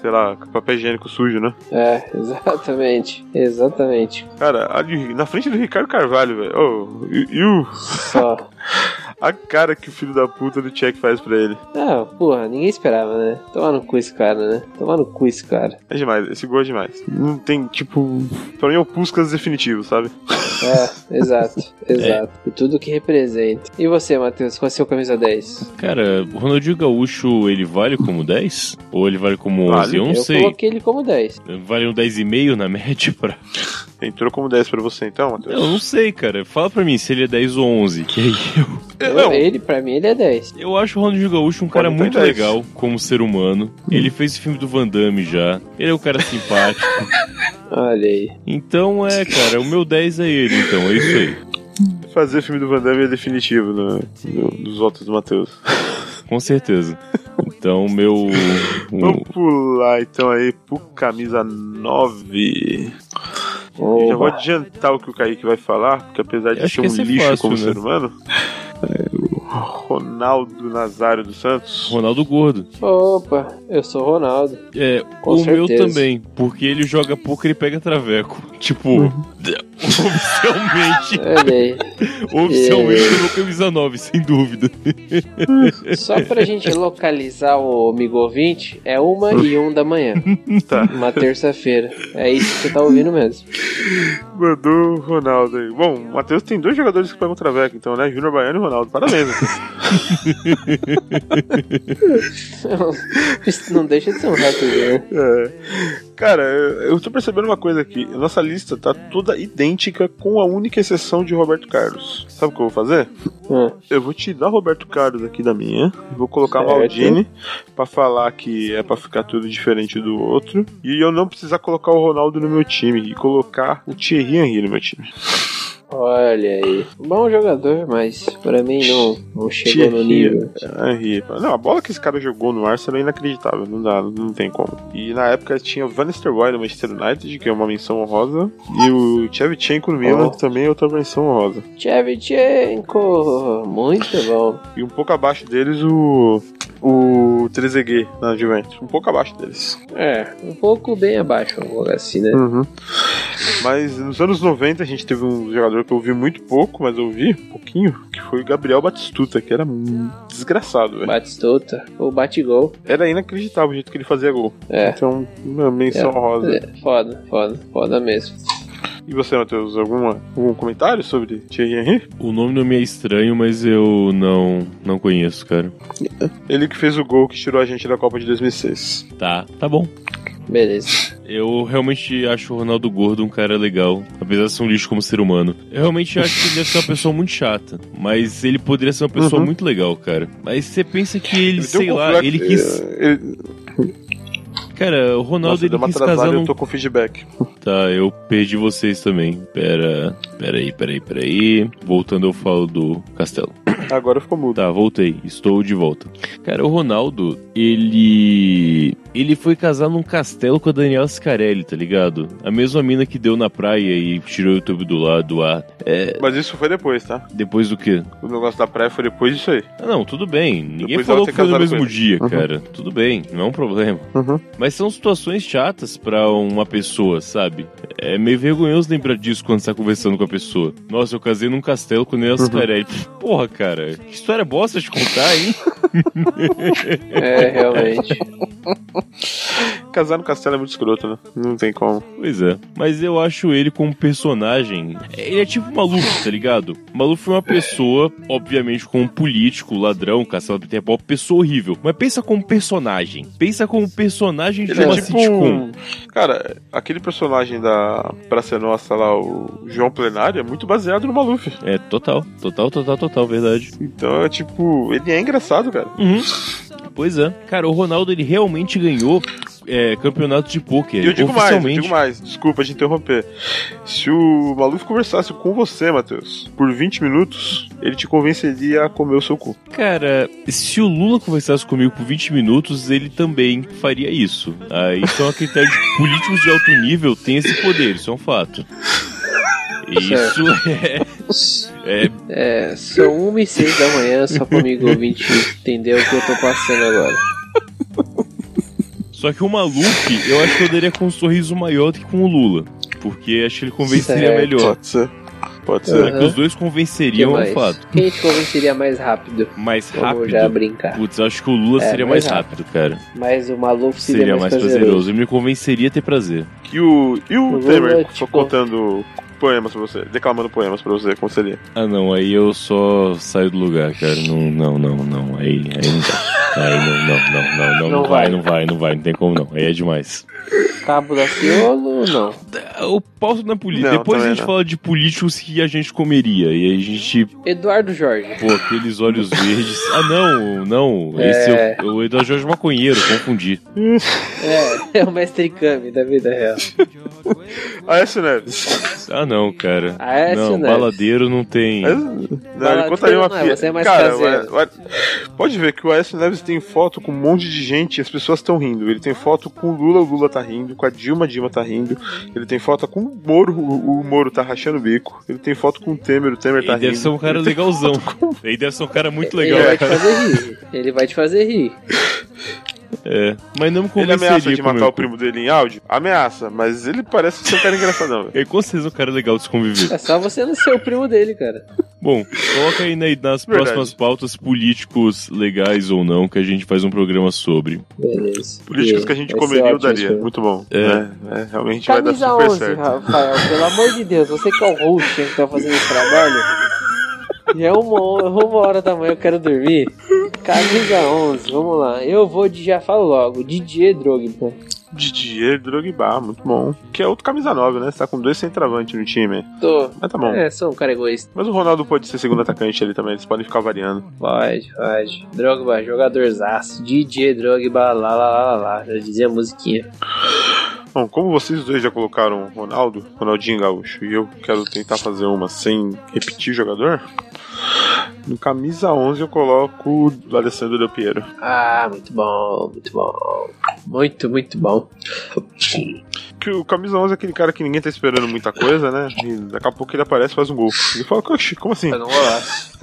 S2: sei lá, com papel higiênico sujo, né?
S4: É, exatamente. Exatamente.
S2: Cara, ali na frente do Ricardo Carvalho, velho. Ô, e, e o-
S4: Só.
S2: a cara que o filho da puta do Check faz pra ele.
S4: Ah, porra, ninguém esperava, né? Tomar no cu esse cara, né? Tomar no cu esse cara.
S2: É demais, esse gol é demais. Não tem, tipo. Pra mim é o Puskas definitivo, sabe?
S4: É, exato, exato.
S2: É.
S4: E tudo que representa. E você, Matheus, qual é a sua camisa 10?
S3: Cara, o Ronaldinho Gaúcho, ele vale como 10? Ou ele vale como 11?
S2: Vale.
S3: Eu não
S4: Eu
S3: sei.
S4: coloquei ele como 10.
S3: Vale um 10,5 na média pra...
S2: Entrou como 10 pra você então,
S3: Eu
S2: Matheus?
S3: não sei, cara. Fala pra mim se ele é 10 ou 11. Que aí eu...
S2: Eu-
S4: Eu- ele, pra mim, ele é 10.
S3: Eu acho o Ronaldinho Gaúcho um cara
S2: Pode ter
S3: muito
S2: 10.
S3: legal como ser humano. Ele fez o filme do Van Damme já. Ele é um cara simpático.
S4: Olha aí.
S3: Então é, cara, o meu 10 é ele, então. É isso aí.
S2: Fazer filme do Van Damme é definitivo no, no- nos votos do Matheus.
S3: Com certeza. Então, meu...
S2: Vamos pular então aí pro camisa 9. Eu já vou
S4: Opa.
S2: adiantar o que o Kaique vai falar, porque apesar de
S3: Acho
S2: ser um
S3: que esse é
S2: lixo
S3: fácil,
S2: como
S3: né?
S2: ser humano, é, o Ronaldo Nazário dos Santos.
S3: Ronaldo Gordo.
S4: Opa, eu sou o Ronaldo.
S3: É,
S4: Com
S3: o meu
S4: certeza.
S3: também, porque ele joga pouco e ele pega traveco. Tipo, oficialmente,
S4: Olha aí.
S3: oficialmente ele é meu camisa 9, sem dúvida.
S4: Só pra gente localizar o amigo ouvinte, é uma e um da manhã.
S2: Tá.
S4: Uma terça-feira. É isso que você tá ouvindo mesmo.
S2: Mandou o Ronaldo aí. Bom, o Matheus tem dois jogadores que pegam traveco, então, né? Júnior Baiano e Ronaldo. Parabéns. Matheus.
S4: Isso não deixa de ser um recorde, né?
S2: É. Cara, eu eu tô percebendo uma coisa aqui. A nossa lista tá toda idêntica, com a única exceção de Roberto Carlos. Sabe o que eu vou fazer?
S4: Ah,
S2: Eu vou tirar Roberto Carlos aqui da minha. Vou colocar
S4: Certo.
S2: Maldini pra falar que é pra ficar tudo diferente do outro. E eu não precisar colocar o Ronaldo no meu time. E colocar o Thierry Henry no meu time.
S4: Olha aí. Bom jogador, mas pra mim não, não chegou no nível.
S2: Henry. É, Não, a bola que esse cara jogou no Arsenal é inacreditável. Não dá, não tem como. E na época tinha o Van Nistelrooy no Manchester United, que é uma menção honrosa. E o Shevchenko no Milan,
S4: Oh.
S2: que também é outra menção honrosa.
S4: Tchevchenko, muito bom.
S2: E um pouco abaixo deles o... O Trezeguet na Juventus. Um pouco abaixo deles.
S4: É, um pouco bem abaixo, vamos colocar assim, né?
S2: Mas nos anos 90 a gente teve um jogador que eu ouvi muito pouco, mas eu ouvi um pouquinho, que foi o Gabriel Batistuta, que era um desgraçado, velho.
S4: Batistuta, ou Batigol.
S2: Era inacreditável o jeito que ele fazia gol.
S4: É,
S2: Então, uma menção
S4: É.
S2: rosa.
S4: é, foda, foda, foda mesmo.
S2: E você, Matheus, alguma, algum comentário sobre Thierry Henry?
S3: O nome não me é estranho, mas eu não, não conheço, cara.
S2: Ele que fez o gol que tirou a gente da Copa de 2006.
S3: Tá, tá bom.
S4: Beleza.
S3: Eu realmente acho o Ronaldo Gordo um cara legal, apesar de ser um lixo como ser humano. Eu realmente acho que ele deve ser uma pessoa muito chata, mas ele poderia ser uma pessoa
S2: Uhum.
S3: muito legal, cara. Mas você pensa que ele,
S2: tem um
S3: sei lá,
S2: complexo-
S3: ele quis.
S2: é, ele-
S3: Cara, o Ronaldo
S2: Nossa, deu
S3: ele
S2: uma
S3: quis casar
S2: atrasada e
S3: num
S2: eu tô com feedback.
S3: Tá, eu perdi vocês também. Pera, pera aí, pera aí, pera aí. Voltando, eu falo do castelo.
S2: Agora ficou mudo.
S3: Tá, voltei. Estou de volta. Cara, o Ronaldo, ele. Ele foi casar num castelo com a Daniela Scarelli, tá ligado? A mesma mina que deu na praia e tirou o YouTube do lado do ar. É.
S2: Mas isso foi depois, tá?
S3: Depois do quê?
S2: O negócio da praia foi depois disso aí.
S3: Ah, não, tudo bem. Ninguém
S2: Depois
S3: falou
S2: ela
S3: que
S2: ter
S3: foi no
S2: casado com
S3: mesmo
S2: ele.
S3: dia,
S2: Uhum.
S3: cara. Tudo bem, não é um problema.
S2: Uhum.
S3: Mas são situações chatas pra uma pessoa, sabe? É meio vergonhoso lembrar disso quando você tá conversando com a pessoa. Nossa, eu casei num castelo com o
S2: Uhum.
S3: Nelson Carelli. Porra, cara, que história bosta de contar, hein?
S4: É, realmente.
S2: Casar no castelo é muito escroto, né? Não tem como.
S3: Pois é, mas eu acho ele como personagem. Ele é tipo Maluf, tá ligado? Maluf é uma pessoa, obviamente, como político, ladrão, caçador de tempo, pessoa horrível. Mas pensa como personagem. Pensa como personagem de
S2: Ele é
S3: uma
S2: tipo
S3: sitcom.
S2: um... Cara, aquele personagem da Praça Nossa lá, o João Plenário, é muito baseado no Maluf.
S3: É, total, total, total, total, verdade.
S2: Então é tipo, ele é engraçado, cara.
S3: Uhum. Pois é. Cara, o Ronaldo ele realmente ganhou é, campeonato de pôquer.
S2: E eu digo mais, eu
S3: oficialmente.
S2: digo mais, desculpa te interromper. Se o Maluf conversasse com você, Matheus, por 20 minutos, ele te convenceria a comer o seu cu.
S3: Cara, se o Lula conversasse comigo por 20 minutos, ele também faria isso. Ah, isso é uma critério de políticos de alto nível têm esse poder, isso é um fato. Isso é,
S4: É, são 1 e 6 da manhã, só pro amigo ouvinte entender o que eu tô passando agora.
S3: Só que o Maluf, eu acho que eu daria com um sorriso maior do que com o Lula. Porque acho que ele convenceria
S4: Certo.
S3: melhor.
S2: Pode ser. Pode
S3: Será
S2: ser.
S4: Uhum.
S3: que os dois
S4: Que
S3: convenceriam, é um
S4: mais?
S3: fato.
S4: Quem te convenceria mais rápido?
S3: Mais
S4: Vamos já
S3: rápido.
S4: brincar.
S3: Putz, eu acho que o Lula
S4: É,
S3: seria mais
S4: mais
S3: rápido, cara.
S4: Mas o Maluf seria,
S3: Seria mais prazeroso. Ele me convenceria a ter prazer.
S2: E o, e o
S4: Lula,
S2: Temer
S4: tipo-
S2: contando poemas pra você, declamando poemas pra você, como seria?
S3: Ah, não, aí eu só saio do lugar, cara. Não, não, não, não. Aí, aí não dá. Aí não, não, não, não, não, não,
S4: Não
S3: vai,
S4: vai.
S3: não vai, não vai, não tem como não. Aí é demais.
S4: Cabo da Ciolo, não.
S3: Ah, O pauta na política.
S2: Não,
S3: Depois a
S2: também
S3: gente
S2: não.
S3: fala de políticos que a gente comeria. E aí a gente,
S4: Eduardo Jorge.
S3: pô, aqueles olhos verdes. Ah, não, não.
S4: É.
S3: Esse é o, o Eduardo Jorge Maconheiro, confundi.
S4: É, é o mestre Kami da vida real.
S2: Aécio Neves.
S3: Ah, não, cara.
S4: Aécio
S3: não,
S4: Neves.
S3: baladeiro não tem.
S2: Aécio- Não,
S4: Fala,
S2: ele contaria uma
S4: não,
S2: piada.
S4: você é mais
S2: Cara,
S4: caseiro.
S2: o Aé- o- pode ver que o Aécio Neves tem foto com um monte de gente e as pessoas estão rindo. Ele tem foto com o Lula, o Lula tá rindo. Com a Dilma, a Dilma tá rindo. Ele tem foto com o Moro, o, o Moro tá rachando o bico. Ele tem foto com o Temer, o Temer
S3: Ele
S2: tá rindo. É.
S3: deve ser um cara
S2: Ele tem-
S3: legalzão. Ele deve ser um cara muito
S4: Ele
S3: legal,
S4: vai te
S3: cara.
S4: fazer rir. Ele vai te fazer rir.
S3: É. Mas não me
S2: Ele
S3: convenceria
S2: ameaça de
S3: com meu
S2: matar o
S3: cu.
S2: primo dele em áudio? Ameaça, mas ele parece ser um cara engraçadão, velho.
S3: É com certeza um cara legal de se conviver.
S4: É só você não ser o primo dele, cara.
S3: Bom, coloca aí na- nas
S2: Verdade.
S3: próximas pautas políticos legais ou não que a gente faz um programa sobre.
S4: Beleza.
S2: Políticos que a gente comeria eu daria. Muito bom.
S3: É.
S2: É, é, realmente vai dar
S4: Camisa
S2: super
S4: 11,
S2: certo.
S4: Rafael, pelo amor de Deus, você que é o host que tá fazendo esse trabalho. Já é uma, hora- uma hora da manhã, eu quero dormir. Camisa 11, vamos lá. Eu vou de, já falo logo, Didier Drogba.
S2: Didier Drogba, muito bom. Que é outro camisa 9, né? Você tá com dois centravantes no time.
S4: Tô.
S2: Mas tá bom.
S4: É, sou um cara egoísta.
S2: Mas o Ronaldo pode ser segundo atacante ali também, eles podem ficar variando.
S4: Pode, pode. Drogba, jogadorzaço. Didier Drogba, lá, lá, lá, lá, lá. Já dizia a musiquinha.
S2: Bom, como vocês dois já colocaram o Ronaldo, Ronaldinho Gaúcho, e eu quero tentar fazer uma sem repetir jogador, no camisa 11 eu coloco o Alessandro Del Piero.
S4: Ah, muito bom, muito bom. Muito, muito bom.
S2: Que o camisa 11 é aquele cara que ninguém tá esperando muita coisa, né? E daqui a pouco ele aparece e faz um gol. Ele fala, "Oxi, como assim?
S4: Foi um golaço.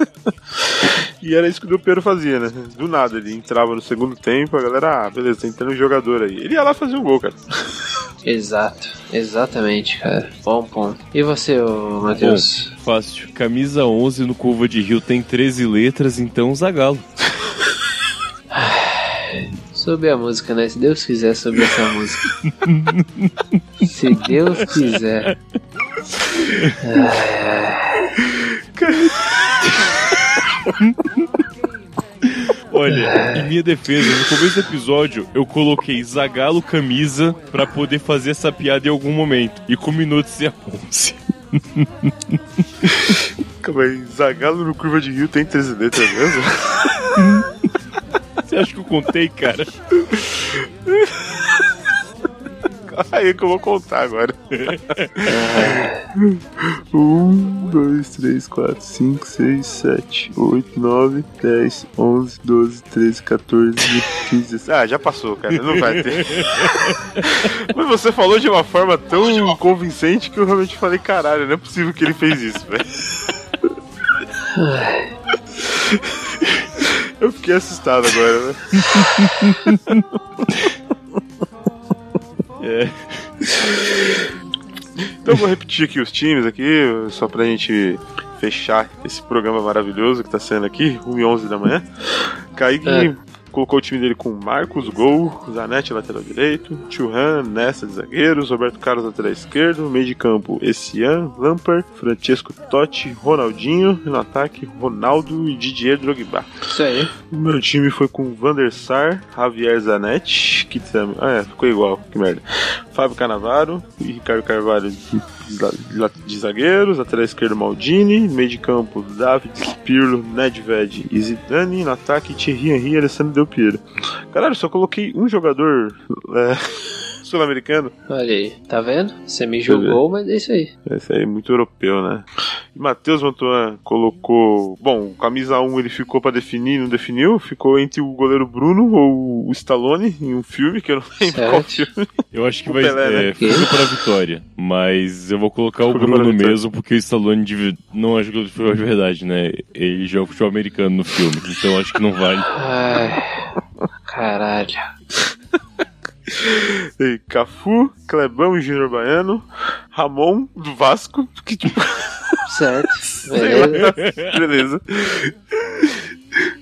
S2: E era isso que o Del Piero fazia, né? Do nada, ele entrava no segundo tempo, a galera, ah, beleza, tá entrando um jogador aí. Ele ia lá fazer um gol, cara.
S4: Exato, exatamente, cara. Bom ponto. E você, ô, Matheus?
S3: Fácil. Camisa 11 no Curva de Rio tem 13 letras, então Zagalo.
S4: Sobre a música, né? Se Deus quiser, sobre essa música. Se Deus quiser.
S3: Olha, em minha defesa, no começo do episódio, eu coloquei Zagalo camisa pra poder fazer essa piada em algum momento. E combinou de ser a 11.
S2: Calma aí, Zagalo no Curva de Rio tem 13 letras mesmo?
S3: Você acha que eu contei, cara?
S2: Aí que eu vou contar agora. um, dois, três, quatro, cinco, seis, sete, oito, nove, dez, onze, doze, treze, 14, 15. 16. Ah, já passou, cara. Não vai ter. Mas você falou de uma forma tão convincente que eu realmente falei, caralho, não é possível que ele fez isso, velho. Eu fiquei assustado agora, né?
S3: É.
S2: Então eu vou repetir aqui os times aqui, só pra gente fechar esse programa maravilhoso que tá sendo aqui, 1 e 11 da manhã. Kaique
S4: É.
S2: colocou o time dele com Marcos, gol, Zanetti, lateral direito, Churran, Nessa, de zagueiros, Roberto Carlos, lateral esquerdo, meio de campo, Essian, Lampard, Francesco Totti, Ronaldinho, e no ataque, Ronaldo e Didier Drogba.
S4: Isso aí.
S2: O meu time foi com Van der Sar, Javier Zanetti, que também. Ah, é, ficou igual, que merda. Fábio Canavaro e Ricardo Carvalho de, de la- de zagueiros, lateral esquerdo Maldini, meio de campo David, Pirlo, Nedved e Zidane, no ataque Thierry Henry e Alessandro Del Piero. Caralho, só coloquei um jogador é, sul-americano.
S4: Olha aí. Tá vendo? Você me julgou, mas é isso aí.
S2: Esse aí é muito europeu, né? E Matheus Mantuan colocou. Bom, camisa 1 ele ficou pra definir, não definiu. Ficou entre o goleiro Bruno ou o Stallone em um filme, que eu não lembro qual
S4: Certo.
S2: filme.
S3: Eu acho que
S2: O
S3: vai
S2: Pelé, né?
S3: é, fuga pra vitória. Mas eu vou colocar o
S2: Fuga pra
S3: Bruno
S2: vitória.
S3: mesmo, porque o Stallone de- não é jogador de futebol de verdade, né? Ele joga futebol americano no filme, então acho que não vale.
S4: Ai. Caralho.
S2: Tem Cafu, Clebão e Júnior Baiano, Ramon do Vasco, que tipo,
S4: Certo.
S2: sei lá,
S4: Beleza.
S2: beleza.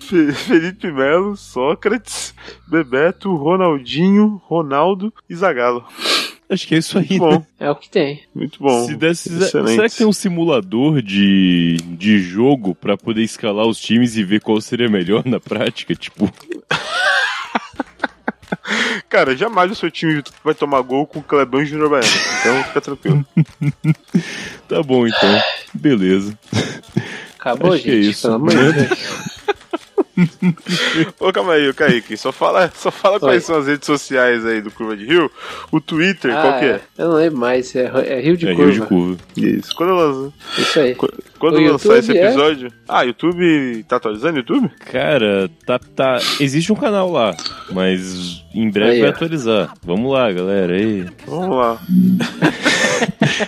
S2: Fe- Felipe Melo, Sócrates, Bebeto, Ronaldinho, Ronaldo e Zagalo.
S3: Acho que é isso aí.
S2: Muito
S3: Né?
S2: bom,
S4: É o que tem.
S2: muito bom.
S3: Se desse,
S2: excelente.
S3: será que tem um simulador de, de jogo pra poder escalar os times e ver qual seria melhor na prática? Tipo,
S2: Cara, jamais o seu time vai tomar gol com o Clebão e o Júnior Baiano. Então fica tranquilo.
S3: tá bom então. Beleza.
S4: Acabou,
S3: Acho que é
S4: gente.
S3: isso.
S4: Pelo amor de Deus.
S2: Ô, calma aí, ô, Kaique. Só fala, só fala quais
S4: Oi.
S2: são as redes sociais aí do Curva de Rio. O Twitter,
S4: Ah,
S2: qual que é?
S4: Eu não lembro mais. É, é Rio de
S3: é
S4: Curva.
S3: Rio de Curva.
S2: Isso. Quando, lança-
S4: Isso aí.
S2: qu- quando
S4: O
S2: lançar esse
S4: YouTube é?
S2: episódio. Ah, YouTube. Tá atualizando o YouTube?
S3: Cara, tá, tá. Existe um canal lá, mas em breve
S4: Aí,
S3: vai
S4: ó.
S3: atualizar. Vamos lá, galera. Aí.
S2: Vamos lá.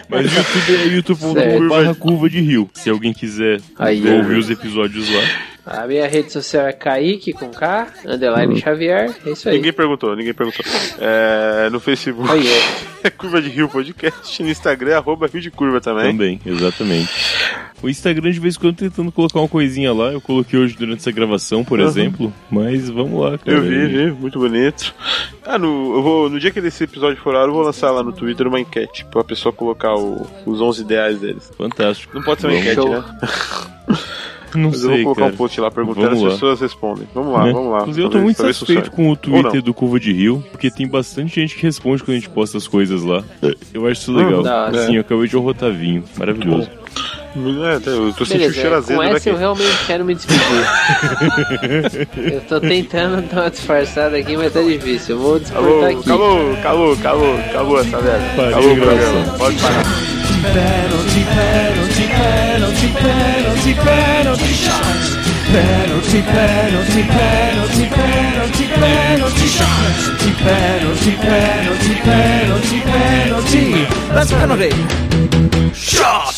S3: Mas o YouTube é youtube.com
S4: Certo.
S3: barra curva de rio. Se alguém quiser
S4: Aí,
S3: ouvir
S4: ó.
S3: os episódios lá.
S4: A minha rede social é Kaique com K, underline Xavier. É isso aí.
S2: Ninguém perguntou, ninguém perguntou. É, no Facebook
S4: Aí, ó.
S2: é Curva de Rio Podcast. No Instagram é arroba Rio de Curva também.
S3: Também, exatamente. O Instagram de vez em quando tentando colocar uma coisinha lá. Eu coloquei hoje durante essa gravação, por
S2: Uhum.
S3: exemplo. Mas vamos lá, cara.
S2: Eu vi, vi, muito bonito. Ah, no, eu vou, no dia que esse episódio for ao ar, eu vou lançar lá no Twitter uma enquete pra pessoa colocar o- os 11 ideais deles.
S3: Fantástico.
S2: Não pode ser uma
S3: Vamos.
S2: enquete,
S4: Show.
S2: né?
S3: Não
S2: Mas eu vou
S3: sei,
S2: colocar
S3: cara.
S2: um post lá perguntando,
S3: Vamos
S2: as
S3: lá.
S2: pessoas respondem. Vamos lá,
S3: Né?
S2: vamos lá.
S3: Inclusive, eu tô
S2: Talvez-
S3: muito
S2: talvez
S3: satisfeito
S2: funcione.
S3: com
S2: Ou
S3: o
S2: não.
S3: Twitter do Curva de Rio, porque tem bastante gente que responde quando a gente posta as coisas lá. Eu acho
S2: Hum.
S3: isso legal.
S4: Da hora.
S3: Sim, eu acabei de arrotar vinho. Maravilhoso.
S2: É, tá, eu tô sentindo o cheiro
S4: Beleza,
S2: azedo
S4: com essa
S2: daqui.
S4: eu realmente quero me despedir. eu tô tentando dar uma disfarçada aqui, mas tá difícil. Eu vou
S2: Alô,
S4: despertar aqui.
S2: calou, calou, calou, calou essa merda.
S3: Parei
S2: Calou o
S3: a gravação.
S2: programa. Pode parar.
S5: Penalty, penalty, penalty, penalty, penalty shot. Penalty, penalty, penalty, penalty, penalty shot. Penalty, penalty, penalty, penalty. That's penalty. Shot.